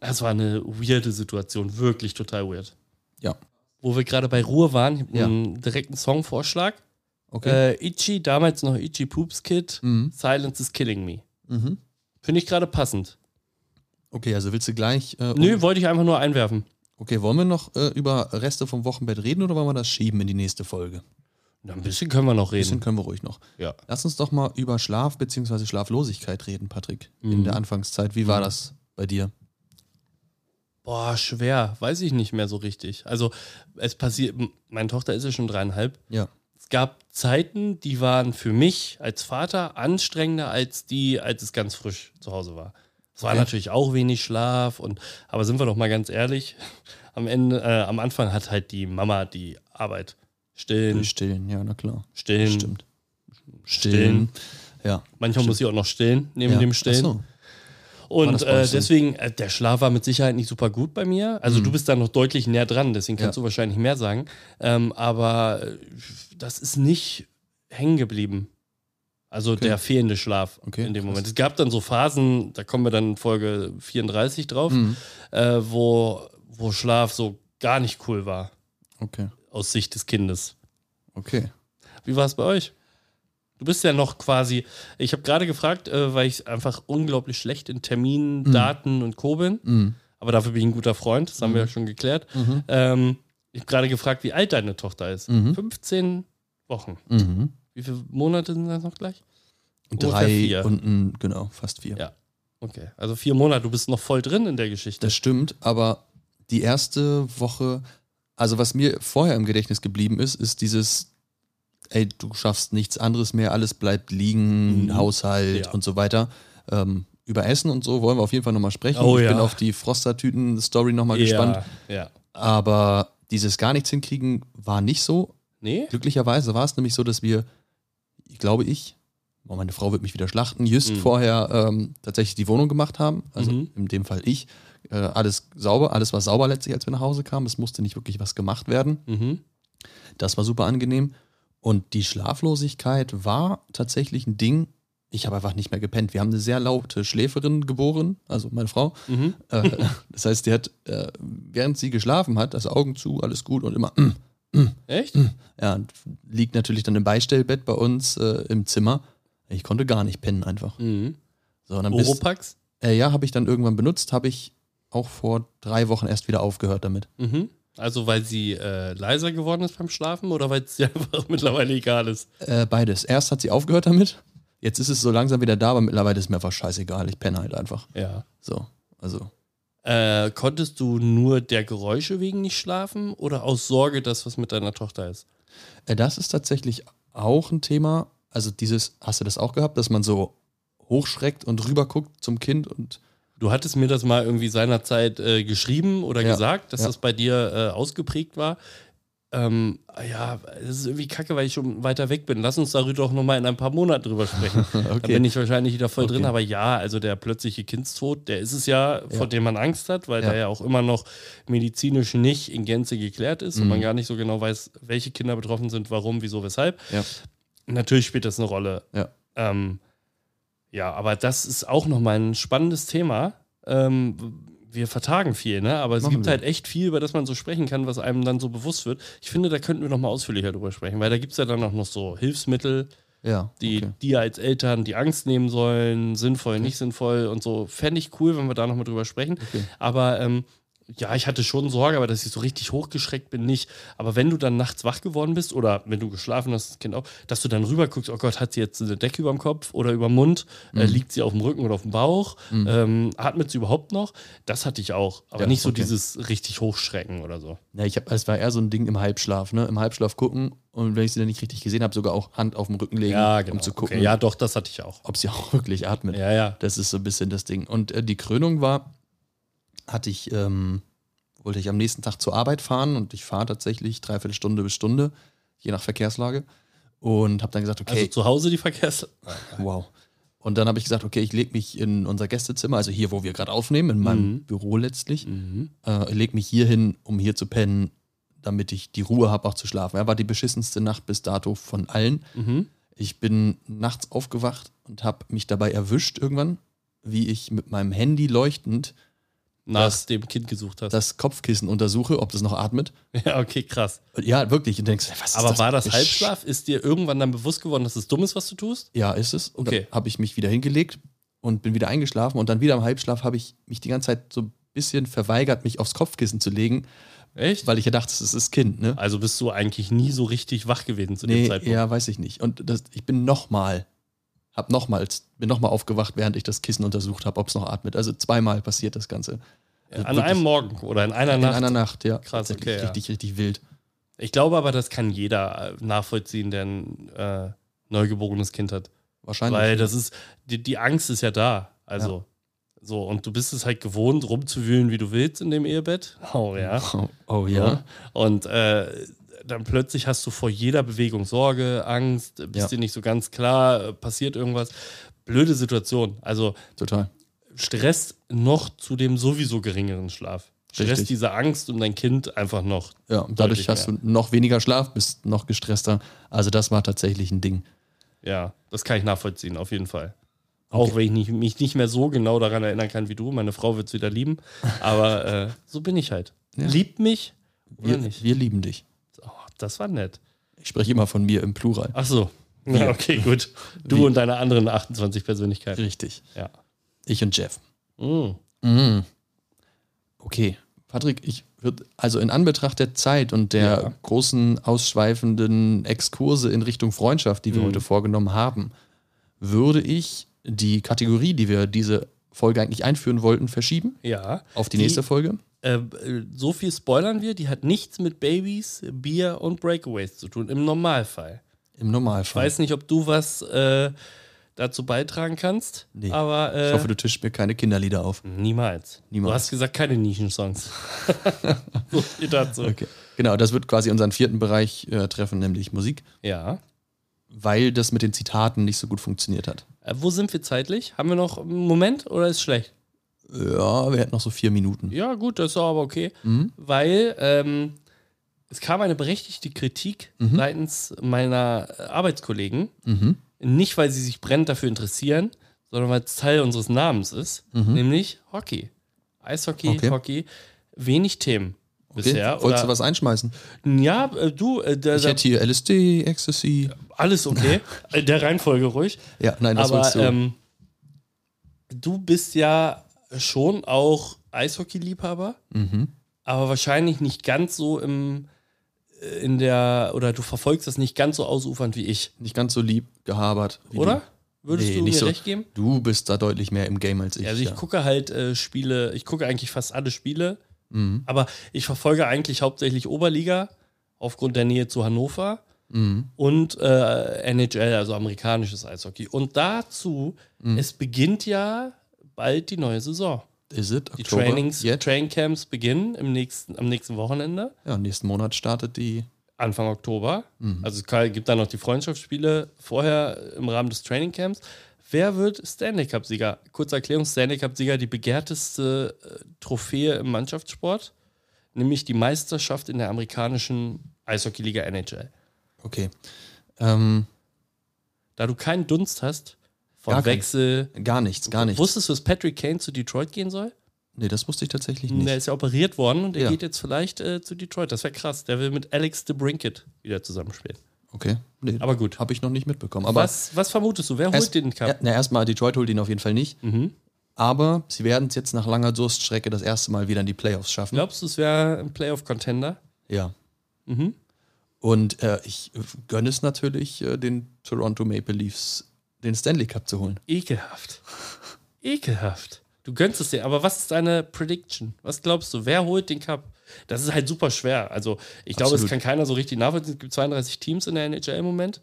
Speaker 1: das war eine weirde Situation, wirklich total weird.
Speaker 2: Ja.
Speaker 1: Wo wir gerade bei Ruhe waren, ich hab
Speaker 2: Ja.
Speaker 1: einen direkten Songvorschlag.
Speaker 2: okay.
Speaker 1: Äh, Itchy, damals noch Itchy Poops Kid,
Speaker 2: mhm.
Speaker 1: Silence is Killing Me.
Speaker 2: Mhm.
Speaker 1: Finde ich gerade passend.
Speaker 2: Okay, also willst du gleich. Äh, um-
Speaker 1: Nö, wollte ich einfach nur einwerfen.
Speaker 2: Okay, wollen wir noch äh, über Reste vom Wochenbett reden oder wollen wir das schieben in die nächste Folge? Ein
Speaker 1: Na, ein bisschen können wir noch
Speaker 2: bisschen
Speaker 1: reden.
Speaker 2: können wir ruhig noch.
Speaker 1: Hm. Ja.
Speaker 2: Lass uns doch mal über Schlaf bzw. Schlaflosigkeit reden, Patrick.
Speaker 1: Mhm.
Speaker 2: In der Anfangszeit. Wie war das bei dir?
Speaker 1: Boah, schwer. Weiß ich nicht mehr so richtig. Also, es passiert, m- meine Tochter ist ja schon dreieinhalb.
Speaker 2: Ja.
Speaker 1: Es gab Zeiten, die waren für mich als Vater anstrengender als die, als es ganz frisch zu Hause war. Es war
Speaker 2: Okay.
Speaker 1: natürlich auch wenig Schlaf und, aber sind wir doch mal ganz ehrlich, am Ende, äh, am Anfang hat halt die Mama die Arbeit. Stillen,
Speaker 2: Stillen, ja, na klar.
Speaker 1: stillen,
Speaker 2: Hm, Stimmt. Stillen. Ja.
Speaker 1: Manchmal muss sie auch noch stillen, neben
Speaker 2: ja.
Speaker 1: dem
Speaker 2: Ach
Speaker 1: Stillen.
Speaker 2: so. War
Speaker 1: Und
Speaker 2: das bei euch
Speaker 1: äh,
Speaker 2: so? Mhm.
Speaker 1: deswegen, äh, der Schlaf war mit Sicherheit nicht super gut bei mir. Also du bist da noch deutlich näher dran, deswegen kannst
Speaker 2: Ja.
Speaker 1: du wahrscheinlich mehr sagen. Ähm, aber äh, das ist nicht hängen geblieben. Also der fehlende Schlaf
Speaker 2: Okay,
Speaker 1: in dem
Speaker 2: krass.
Speaker 1: Moment. Es gab dann so Phasen, da kommen wir dann in Folge 34 drauf,
Speaker 2: Mhm.
Speaker 1: äh, wo, wo Schlaf so gar nicht cool war
Speaker 2: Okay.
Speaker 1: aus Sicht des Kindes.
Speaker 2: Okay.
Speaker 1: Wie war es bei euch? Du bist ja noch quasi, ich habe gerade gefragt, äh, weil ich einfach unglaublich schlecht in Terminen,
Speaker 2: Mhm.
Speaker 1: Daten und Co. bin.
Speaker 2: Mhm.
Speaker 1: Aber dafür bin ich ein guter Freund, das haben wir ja schon geklärt.
Speaker 2: Mhm.
Speaker 1: Ähm, ich habe gerade gefragt, wie alt deine Tochter ist.
Speaker 2: Mhm.
Speaker 1: 15 Wochen.
Speaker 2: Mhm.
Speaker 1: Wie viele Monate sind das noch gleich? Ungefähr
Speaker 2: Drei
Speaker 1: vier.
Speaker 2: und ein, genau, fast vier.
Speaker 1: Ja. Okay, also vier Monate, du bist noch voll drin in der Geschichte.
Speaker 2: Das stimmt, aber die erste Woche, also was mir vorher im Gedächtnis geblieben ist, ist dieses, ey, du schaffst nichts anderes mehr, alles bleibt liegen,
Speaker 1: Mhm.
Speaker 2: Haushalt
Speaker 1: Ja.
Speaker 2: und so weiter. Ähm, über Essen und so wollen wir auf jeden Fall nochmal sprechen.
Speaker 1: Oh
Speaker 2: ich
Speaker 1: ja.
Speaker 2: bin auf die Frostertüten-Story nochmal gespannt.
Speaker 1: Ja.
Speaker 2: Aber dieses gar nichts hinkriegen war nicht so.
Speaker 1: Nee?
Speaker 2: Glücklicherweise war es nämlich so, dass wir, ich glaube ich, oh, meine Frau wird mich wieder schlachten, just
Speaker 1: Mhm.
Speaker 2: vorher ähm, tatsächlich die Wohnung gemacht haben. Also
Speaker 1: Mhm.
Speaker 2: in dem Fall ich. äh, alles sauber, alles war sauber letztlich, als wir nach Hause kamen. Es musste nicht wirklich was gemacht werden.
Speaker 1: Mhm.
Speaker 2: Das war super angenehm. Und die Schlaflosigkeit war tatsächlich ein Ding. Ich habe einfach nicht mehr gepennt. Wir haben eine sehr laute Schläferin geboren, also meine Frau.
Speaker 1: Mhm.
Speaker 2: Äh, das heißt, die hat, äh, während sie geschlafen hat, das Augen zu, alles gut und immer.
Speaker 1: Echt?
Speaker 2: Ja, und liegt natürlich dann im Beistellbett bei uns äh, im Zimmer. Ich konnte gar nicht pennen einfach.
Speaker 1: Mhm.
Speaker 2: So, und dann bist,
Speaker 1: Oropax?
Speaker 2: äh, ja, habe ich dann irgendwann benutzt, habe ich auch vor drei Wochen erst wieder aufgehört damit.
Speaker 1: Mhm. Also weil sie äh, leiser geworden ist beim Schlafen oder weil es dir einfach mittlerweile egal ist?
Speaker 2: Äh, beides. Erst hat sie aufgehört damit, jetzt ist es so langsam wieder da, aber mittlerweile ist mir einfach scheißegal. Ich penne halt einfach.
Speaker 1: Ja.
Speaker 2: So, also.
Speaker 1: Äh, konntest du nur der Geräusche wegen nicht schlafen oder aus Sorge, dass was mit deiner Tochter ist?
Speaker 2: Äh, das ist tatsächlich auch ein Thema. Also dieses, hast du das auch gehabt, dass man so hochschreckt und rüberguckt zum Kind und
Speaker 1: Du hattest mir das mal irgendwie seinerzeit äh, geschrieben oder
Speaker 2: Ja,
Speaker 1: gesagt, dass
Speaker 2: ja.
Speaker 1: das bei dir äh, ausgeprägt war. Ähm, ja, es ist irgendwie kacke, weil ich schon weiter weg bin. Lass uns darüber doch nochmal in ein paar Monaten drüber sprechen. Da bin ich wahrscheinlich wieder voll drin.
Speaker 2: Okay.
Speaker 1: Aber ja, also der plötzliche Kindstod, der ist es ja, vor
Speaker 2: Ja.
Speaker 1: dem man Angst hat, weil
Speaker 2: Ja.
Speaker 1: der ja auch immer noch medizinisch nicht in Gänze geklärt ist und
Speaker 2: Mhm.
Speaker 1: man gar nicht so genau weiß, welche Kinder betroffen sind, warum, wieso, weshalb.
Speaker 2: Ja.
Speaker 1: Natürlich spielt das eine Rolle.
Speaker 2: Ja.
Speaker 1: Ähm, ja, aber das ist auch nochmal ein spannendes Thema. Ähm, wir vertagen viel, ne? Aber es
Speaker 2: Machen
Speaker 1: gibt
Speaker 2: wir.
Speaker 1: halt echt viel, über das man so sprechen kann, was einem dann so bewusst wird. Ich finde, da könnten wir nochmal ausführlicher drüber sprechen, weil da gibt es ja dann auch noch so Hilfsmittel,
Speaker 2: ja,
Speaker 1: die
Speaker 2: okay.
Speaker 1: dir als Eltern die Angst nehmen sollen, sinnvoll, nicht sinnvoll und so. Fände ich cool, wenn wir da nochmal drüber sprechen.
Speaker 2: Okay.
Speaker 1: Aber ähm, ja, ich hatte schon Sorge, aber dass ich so richtig hochgeschreckt bin, nicht. Aber wenn du dann nachts wach geworden bist oder wenn du geschlafen hast, das Kind auch, dass du dann rüber guckst, oh Gott, hat sie jetzt eine Decke über dem Kopf oder über dem Mund? Äh,
Speaker 2: Mhm.
Speaker 1: liegt sie auf dem Rücken oder auf dem Bauch? Ähm, atmet sie überhaupt noch? Das hatte ich auch. Aber
Speaker 2: Ja,
Speaker 1: nicht so
Speaker 2: okay.
Speaker 1: dieses richtig hochschrecken oder so.
Speaker 2: Ja, ich hab, es war eher so ein Ding im Halbschlaf, ne? Im Halbschlaf gucken und wenn ich sie dann nicht richtig gesehen habe, sogar auch Hand auf den Rücken legen, um zu gucken,
Speaker 1: Okay. Ja, doch, das hatte ich auch.
Speaker 2: ob sie auch wirklich atmet.
Speaker 1: Ja, ja.
Speaker 2: Das ist so ein bisschen das Ding. Und äh, die Krönung war, hatte ich, ähm, wollte ich am nächsten Tag zur Arbeit fahren und ich fahre tatsächlich dreiviertel Stunde bis Stunde, je nach Verkehrslage. Und habe dann gesagt, okay,
Speaker 1: Also zu Hause die Verkehrs...
Speaker 2: Wow. Und dann habe ich gesagt, okay, ich lege mich in unser Gästezimmer, also hier, wo wir gerade aufnehmen, in meinem
Speaker 1: Mhm.
Speaker 2: Büro letztlich, äh, lege mich hier hin, um hier zu pennen, damit ich die Ruhe habe, auch zu schlafen. Ja, war die beschissenste Nacht bis dato von allen.
Speaker 1: Mhm.
Speaker 2: Ich bin nachts aufgewacht und habe mich dabei erwischt irgendwann, wie ich mit meinem Handy leuchtend
Speaker 1: nach
Speaker 2: Das-
Speaker 1: dem Kind gesucht hast.
Speaker 2: das Kopfkissen untersuche, ob das noch atmet.
Speaker 1: ja, okay, krass.
Speaker 2: Und ja, wirklich. Und denkst, was ist
Speaker 1: Aber
Speaker 2: das?
Speaker 1: war das
Speaker 2: für
Speaker 1: Halbschlaf? Ist dir irgendwann dann bewusst geworden, dass es dumm ist, was du tust?
Speaker 2: Ja, ist es. Und
Speaker 1: Okay.
Speaker 2: dann habe ich mich wieder hingelegt und bin wieder eingeschlafen und dann wieder im Halbschlaf habe ich mich die ganze Zeit so ein bisschen verweigert, mich aufs Kopfkissen zu legen,
Speaker 1: Echt?
Speaker 2: weil ich ja dachte, es ist Kind, ne?
Speaker 1: Also bist du eigentlich nie so richtig wach gewesen zu dem
Speaker 2: Nee,
Speaker 1: Zeitpunkt.
Speaker 2: ja, weiß ich nicht. Und das, ich bin nochmal, hab nochmals, bin nochmal aufgewacht, während ich das Kissen untersucht habe, ob es noch atmet. Also zweimal passiert das Ganze. Also
Speaker 1: An
Speaker 2: wirklich
Speaker 1: einem Morgen oder in einer
Speaker 2: in
Speaker 1: Nacht.
Speaker 2: einer Nacht, ja.
Speaker 1: Krass,
Speaker 2: Tatsächlich
Speaker 1: okay, ja.
Speaker 2: Richtig, richtig wild.
Speaker 1: Ich glaube aber, das kann jeder äh, nachvollziehen, der ein äh, neugeborenes Kind hat.
Speaker 2: Wahrscheinlich.
Speaker 1: Weil das ist, die, die Angst ist ja da. Also, so, und du bist es halt gewohnt, rumzuwühlen, wie du willst in dem Ehebett. Oh ja.
Speaker 2: oh, oh ja.
Speaker 1: Mhm. Und äh, dann plötzlich hast du vor jeder Bewegung Sorge, Angst, bist
Speaker 2: Ja.
Speaker 1: dir nicht so ganz klar, äh, passiert irgendwas. Blöde Situation. Also
Speaker 2: Total.
Speaker 1: Stress noch zu dem sowieso geringeren Schlaf. Stress
Speaker 2: Richtig.
Speaker 1: diese Angst um dein Kind einfach noch.
Speaker 2: Ja, und dadurch
Speaker 1: Deutlich
Speaker 2: hast du noch weniger Schlaf, bist noch gestresster. Also das war tatsächlich ein Ding.
Speaker 1: Ja, das kann ich nachvollziehen, auf jeden Fall. Auch
Speaker 2: Okay.
Speaker 1: wenn ich nicht, mich nicht mehr so genau daran erinnern kann wie du. Meine Frau wird es wieder lieben. Aber äh, so bin ich halt.
Speaker 2: Ja.
Speaker 1: Liebt mich oder
Speaker 2: Wir,
Speaker 1: nicht?
Speaker 2: wir lieben dich.
Speaker 1: Oh, das war nett.
Speaker 2: Ich spreche immer von mir im Plural.
Speaker 1: Ach so. Ja, okay, gut. Du
Speaker 2: Wir.
Speaker 1: und deine anderen 28 Persönlichkeiten.
Speaker 2: Richtig.
Speaker 1: Ja.
Speaker 2: Ich und Jeff.
Speaker 1: Mm.
Speaker 2: Mhm. Okay. Patrick, ich würde, also in Anbetracht der Zeit und der
Speaker 1: Ja.
Speaker 2: großen ausschweifenden Exkurse in Richtung Freundschaft, die wir
Speaker 1: Mhm.
Speaker 2: heute vorgenommen haben, würde ich die Kategorie, die wir diese Folge eigentlich einführen wollten, verschieben
Speaker 1: Ja.
Speaker 2: auf die,
Speaker 1: Die-
Speaker 2: nächste Folge.
Speaker 1: Ähm, äh, so viel spoilern wir, die hat nichts mit Babys, Bier und Breakaways zu tun, im Normalfall.
Speaker 2: Im
Speaker 1: Ich
Speaker 2: Normalfall.
Speaker 1: weiß nicht, ob du was äh, dazu beitragen kannst,
Speaker 2: Nee.
Speaker 1: aber äh,
Speaker 2: ich hoffe, du tischst mir keine Kinderlieder auf.
Speaker 1: niemals.
Speaker 2: Niemals.
Speaker 1: Du hast gesagt, keine Nischen-Songs. so viel dazu.
Speaker 2: Okay. Genau, das wird quasi unseren vierten Bereich äh, treffen, nämlich Musik,
Speaker 1: Ja.
Speaker 2: weil das mit den Zitaten nicht so gut funktioniert hat.
Speaker 1: Äh, wo sind wir zeitlich? Haben wir noch einen Moment oder ist schlecht?
Speaker 2: Äh, Ja, wir hätten noch so vier Minuten.
Speaker 1: Ja, gut, das ist auch aber okay.
Speaker 2: Mhm.
Speaker 1: Weil ähm, es kam eine berechtigte Kritik seitens meiner äh, Arbeitskollegen.
Speaker 2: Mhm.
Speaker 1: Nicht, weil sie sich brennend dafür interessieren, sondern weil es Teil unseres Namens ist, nämlich Hockey. Eishockey,
Speaker 2: Mhm. Okay.
Speaker 1: Hockey, wenig Themen bisher.
Speaker 2: Wolltest du
Speaker 1: oder,
Speaker 2: was einschmeißen?
Speaker 1: Ja, äh, du, äh, da,
Speaker 2: Ich
Speaker 1: da,
Speaker 2: hätte hier LSD, Ecstasy.
Speaker 1: alles okay. Äh, Der Reihenfolge ruhig.
Speaker 2: Ja, nein, das
Speaker 1: Aber
Speaker 2: wolltest du.
Speaker 1: ähm, du bist ja schon auch Eishockey-Liebhaber,
Speaker 2: Mhm.
Speaker 1: aber wahrscheinlich nicht ganz so im äh, in der oder du verfolgst das nicht ganz so ausufernd wie ich,
Speaker 2: nicht ganz so lieb gehabert. wie
Speaker 1: oder? Würdest
Speaker 2: Nee,
Speaker 1: du mir
Speaker 2: nicht so.
Speaker 1: recht geben?
Speaker 2: Du. du bist da deutlich mehr im Game als ich.
Speaker 1: Also ich
Speaker 2: ja.
Speaker 1: gucke halt äh, Spiele, ich gucke eigentlich fast alle Spiele,
Speaker 2: Mhm.
Speaker 1: aber ich verfolge eigentlich hauptsächlich Oberliga aufgrund der Nähe zu Hannover
Speaker 2: Mhm.
Speaker 1: und äh, NHL, also amerikanisches Eishockey. Und dazu,
Speaker 2: Mhm.
Speaker 1: es beginnt ja bald die neue Saison.
Speaker 2: Is it
Speaker 1: Die
Speaker 2: Oktober?
Speaker 1: Trainings,
Speaker 2: Jetzt?
Speaker 1: Traincamps beginnen im nächsten, am nächsten Wochenende,
Speaker 2: Ja, nächsten Monat startet die.
Speaker 1: Anfang Oktober.
Speaker 2: Mhm.
Speaker 1: Also es kann- gibt dann noch die Freundschaftsspiele vorher im Rahmen des Trainingcamps. Wer wird Stanley Cup-Sieger? Kurze Erklärung, Stanley Cup-Sieger, die begehrteste äh, Trophäe im Mannschaftssport, nämlich die Meisterschaft in der amerikanischen Eishockeyliga NHL.
Speaker 2: Okay. Ähm,
Speaker 1: Da du keinen Dunst hast von
Speaker 2: Gar keinen.
Speaker 1: Wechsel.
Speaker 2: gar nichts, gar nichts.
Speaker 1: Wusstest du, dass Patrick Kane zu Detroit gehen soll?
Speaker 2: Nee, das wusste ich tatsächlich
Speaker 1: Der
Speaker 2: nicht.
Speaker 1: ist ja operiert worden und der
Speaker 2: Ja.
Speaker 1: geht jetzt vielleicht äh, zu Detroit. Das wäre krass. Der will mit Alex DeBrinket wieder zusammenspielen.
Speaker 2: Okay. Nee,
Speaker 1: Aber gut.
Speaker 2: Habe ich noch nicht mitbekommen. Aber
Speaker 1: was, was vermutest du? Wer holt
Speaker 2: erst-
Speaker 1: den
Speaker 2: Ja,
Speaker 1: Cup?
Speaker 2: na, erstmal, Detroit holt ihn auf jeden Fall nicht. Aber sie werden es jetzt nach langer Durststrecke das erste Mal wieder in die Playoffs schaffen.
Speaker 1: Glaubst du, es wäre ein Playoff-Contender?
Speaker 2: Ja. Mhm. Und äh, ich gönne es natürlich, äh, den Toronto Maple Leafs den Stanley Cup zu holen.
Speaker 1: Ekelhaft. Ekelhaft. Du gönnst es dir. Aber was ist deine Prediction? Was glaubst du? Wer holt den Cup? Das ist halt super schwer. Also, ich glaube, es
Speaker 2: Absolut.
Speaker 1: kann keiner so richtig nachvollziehen. Es gibt 32 Teams in der NHL im Moment.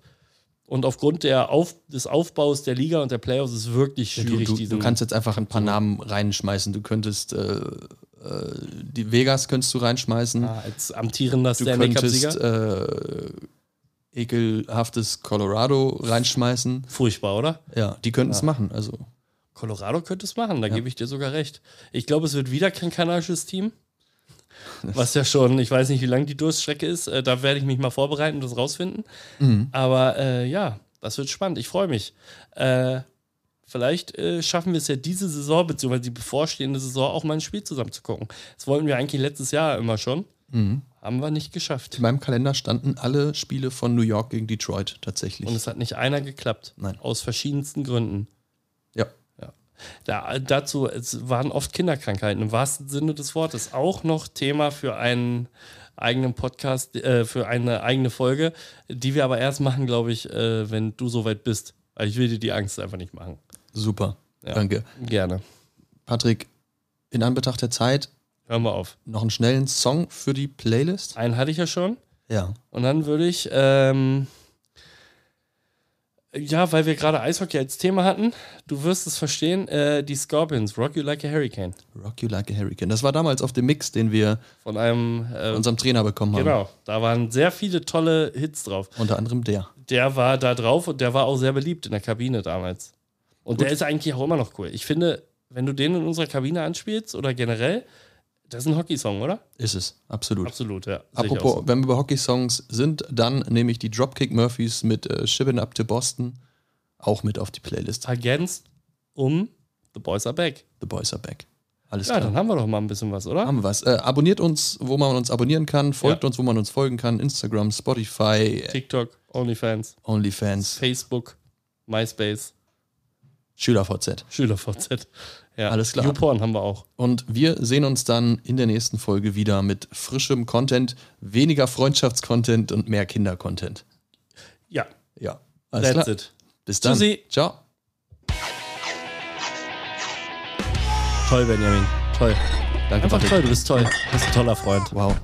Speaker 1: Und aufgrund der Auf des Aufbaus der Liga und der Playoffs ist es wirklich
Speaker 2: Du,
Speaker 1: schwierig.
Speaker 2: du, du
Speaker 1: diesen-
Speaker 2: kannst jetzt einfach ein paar Namen reinschmeißen. Du könntest äh, äh, die Vegas könntest du reinschmeißen.
Speaker 1: Ah, als amtierender
Speaker 2: du
Speaker 1: Stanley Cup-Sieger.
Speaker 2: könntest äh, ekelhaftes Colorado reinschmeißen.
Speaker 1: Furchtbar, oder?
Speaker 2: Ja, die könnten es machen. Also
Speaker 1: Colorado könnte es machen, da gebe ich dir sogar recht. Ich glaube, es wird wieder kein kanadisches Team. Was ja schon, ich weiß nicht, wie lang die Durststrecke ist. Äh, Da werde ich mich mal vorbereiten und das rausfinden. Aber äh, ja, das wird spannend. Ich freue mich. Äh, vielleicht äh, schaffen wir es ja diese Saison, beziehungsweise die bevorstehende Saison, auch mal ein Spiel zusammen zu gucken. Das wollten wir eigentlich letztes Jahr immer schon. Haben wir nicht geschafft.
Speaker 2: Mhm. in meinem Kalender standen alle Spiele von New York gegen Detroit tatsächlich.
Speaker 1: Und es hat nicht einer geklappt.
Speaker 2: Nein.
Speaker 1: Aus verschiedensten Gründen.
Speaker 2: ja.
Speaker 1: Da, dazu, es waren oft Kinderkrankheiten im wahrsten Sinne des Wortes. Auch noch Thema für einen eigenen Podcast, äh, für eine eigene Folge, die wir aber erst machen, glaube ich, äh, wenn du soweit bist. Weil ich will dir die Angst einfach nicht machen.
Speaker 2: Super.
Speaker 1: Ja.
Speaker 2: Danke.
Speaker 1: Gerne.
Speaker 2: Patrick, in Anbetracht der Zeit
Speaker 1: Hören wir auf.
Speaker 2: noch einen schnellen Song für die Playlist.
Speaker 1: Einen hatte ich ja schon.
Speaker 2: Ja.
Speaker 1: Und dann würde ich, ähm, ja, weil wir gerade Eishockey als Thema hatten, du wirst es verstehen, äh, die Scorpions, Rock You Like a Hurricane.
Speaker 2: Rock You Like a Hurricane. Das war damals auf dem Mix, den wir
Speaker 1: Von einem,
Speaker 2: von
Speaker 1: äh,
Speaker 2: unserem Trainer bekommen haben.
Speaker 1: genau, da waren sehr viele tolle Hits drauf.
Speaker 2: Unter anderem der.
Speaker 1: der war da drauf und der war auch sehr beliebt in der Kabine damals. Und der ist eigentlich auch immer noch cool. Ich finde, wenn du den in unserer Kabine anspielst oder generell, das ist ein Hockey-Song, oder?
Speaker 2: Ist es. Absolut.
Speaker 1: Absolut, ja. Sehe ich auch
Speaker 2: Apropos,
Speaker 1: so.
Speaker 2: wenn wir bei Hockey-Songs sind, dann nehme ich die Dropkick Murphys mit äh, Shippin' Up to Boston auch mit auf die Playlist.
Speaker 1: Ergänzt um The Boys Are Back.
Speaker 2: The Boys are back. Alles
Speaker 1: Ja,
Speaker 2: klar.
Speaker 1: dann haben wir doch mal ein bisschen was, oder?
Speaker 2: Haben wir was. Äh, abonniert uns, wo man uns abonnieren kann. Folgt
Speaker 1: Ja.
Speaker 2: uns, wo man uns folgen kann. Instagram, Spotify,
Speaker 1: TikTok, OnlyFans,
Speaker 2: OnlyFans,
Speaker 1: Facebook, MySpace,
Speaker 2: SchülerVZ.
Speaker 1: SchülerVZ. Ja,
Speaker 2: Alles klar.
Speaker 1: YouPorn haben wir auch.
Speaker 2: Und wir sehen uns dann in der nächsten Folge wieder mit frischem Content, weniger Freundschaftscontent und mehr Kindercontent.
Speaker 1: Ja,
Speaker 2: Ja. Alles
Speaker 1: that's
Speaker 2: klar.
Speaker 1: it.
Speaker 2: Bis dann.
Speaker 1: Tschüssi.
Speaker 2: Ciao.
Speaker 1: Toll, Benjamin. Toll.
Speaker 2: Danke,
Speaker 1: Einfach
Speaker 2: Patrick.
Speaker 1: toll, du bist toll. Du bist ein toller Freund.
Speaker 2: Wow.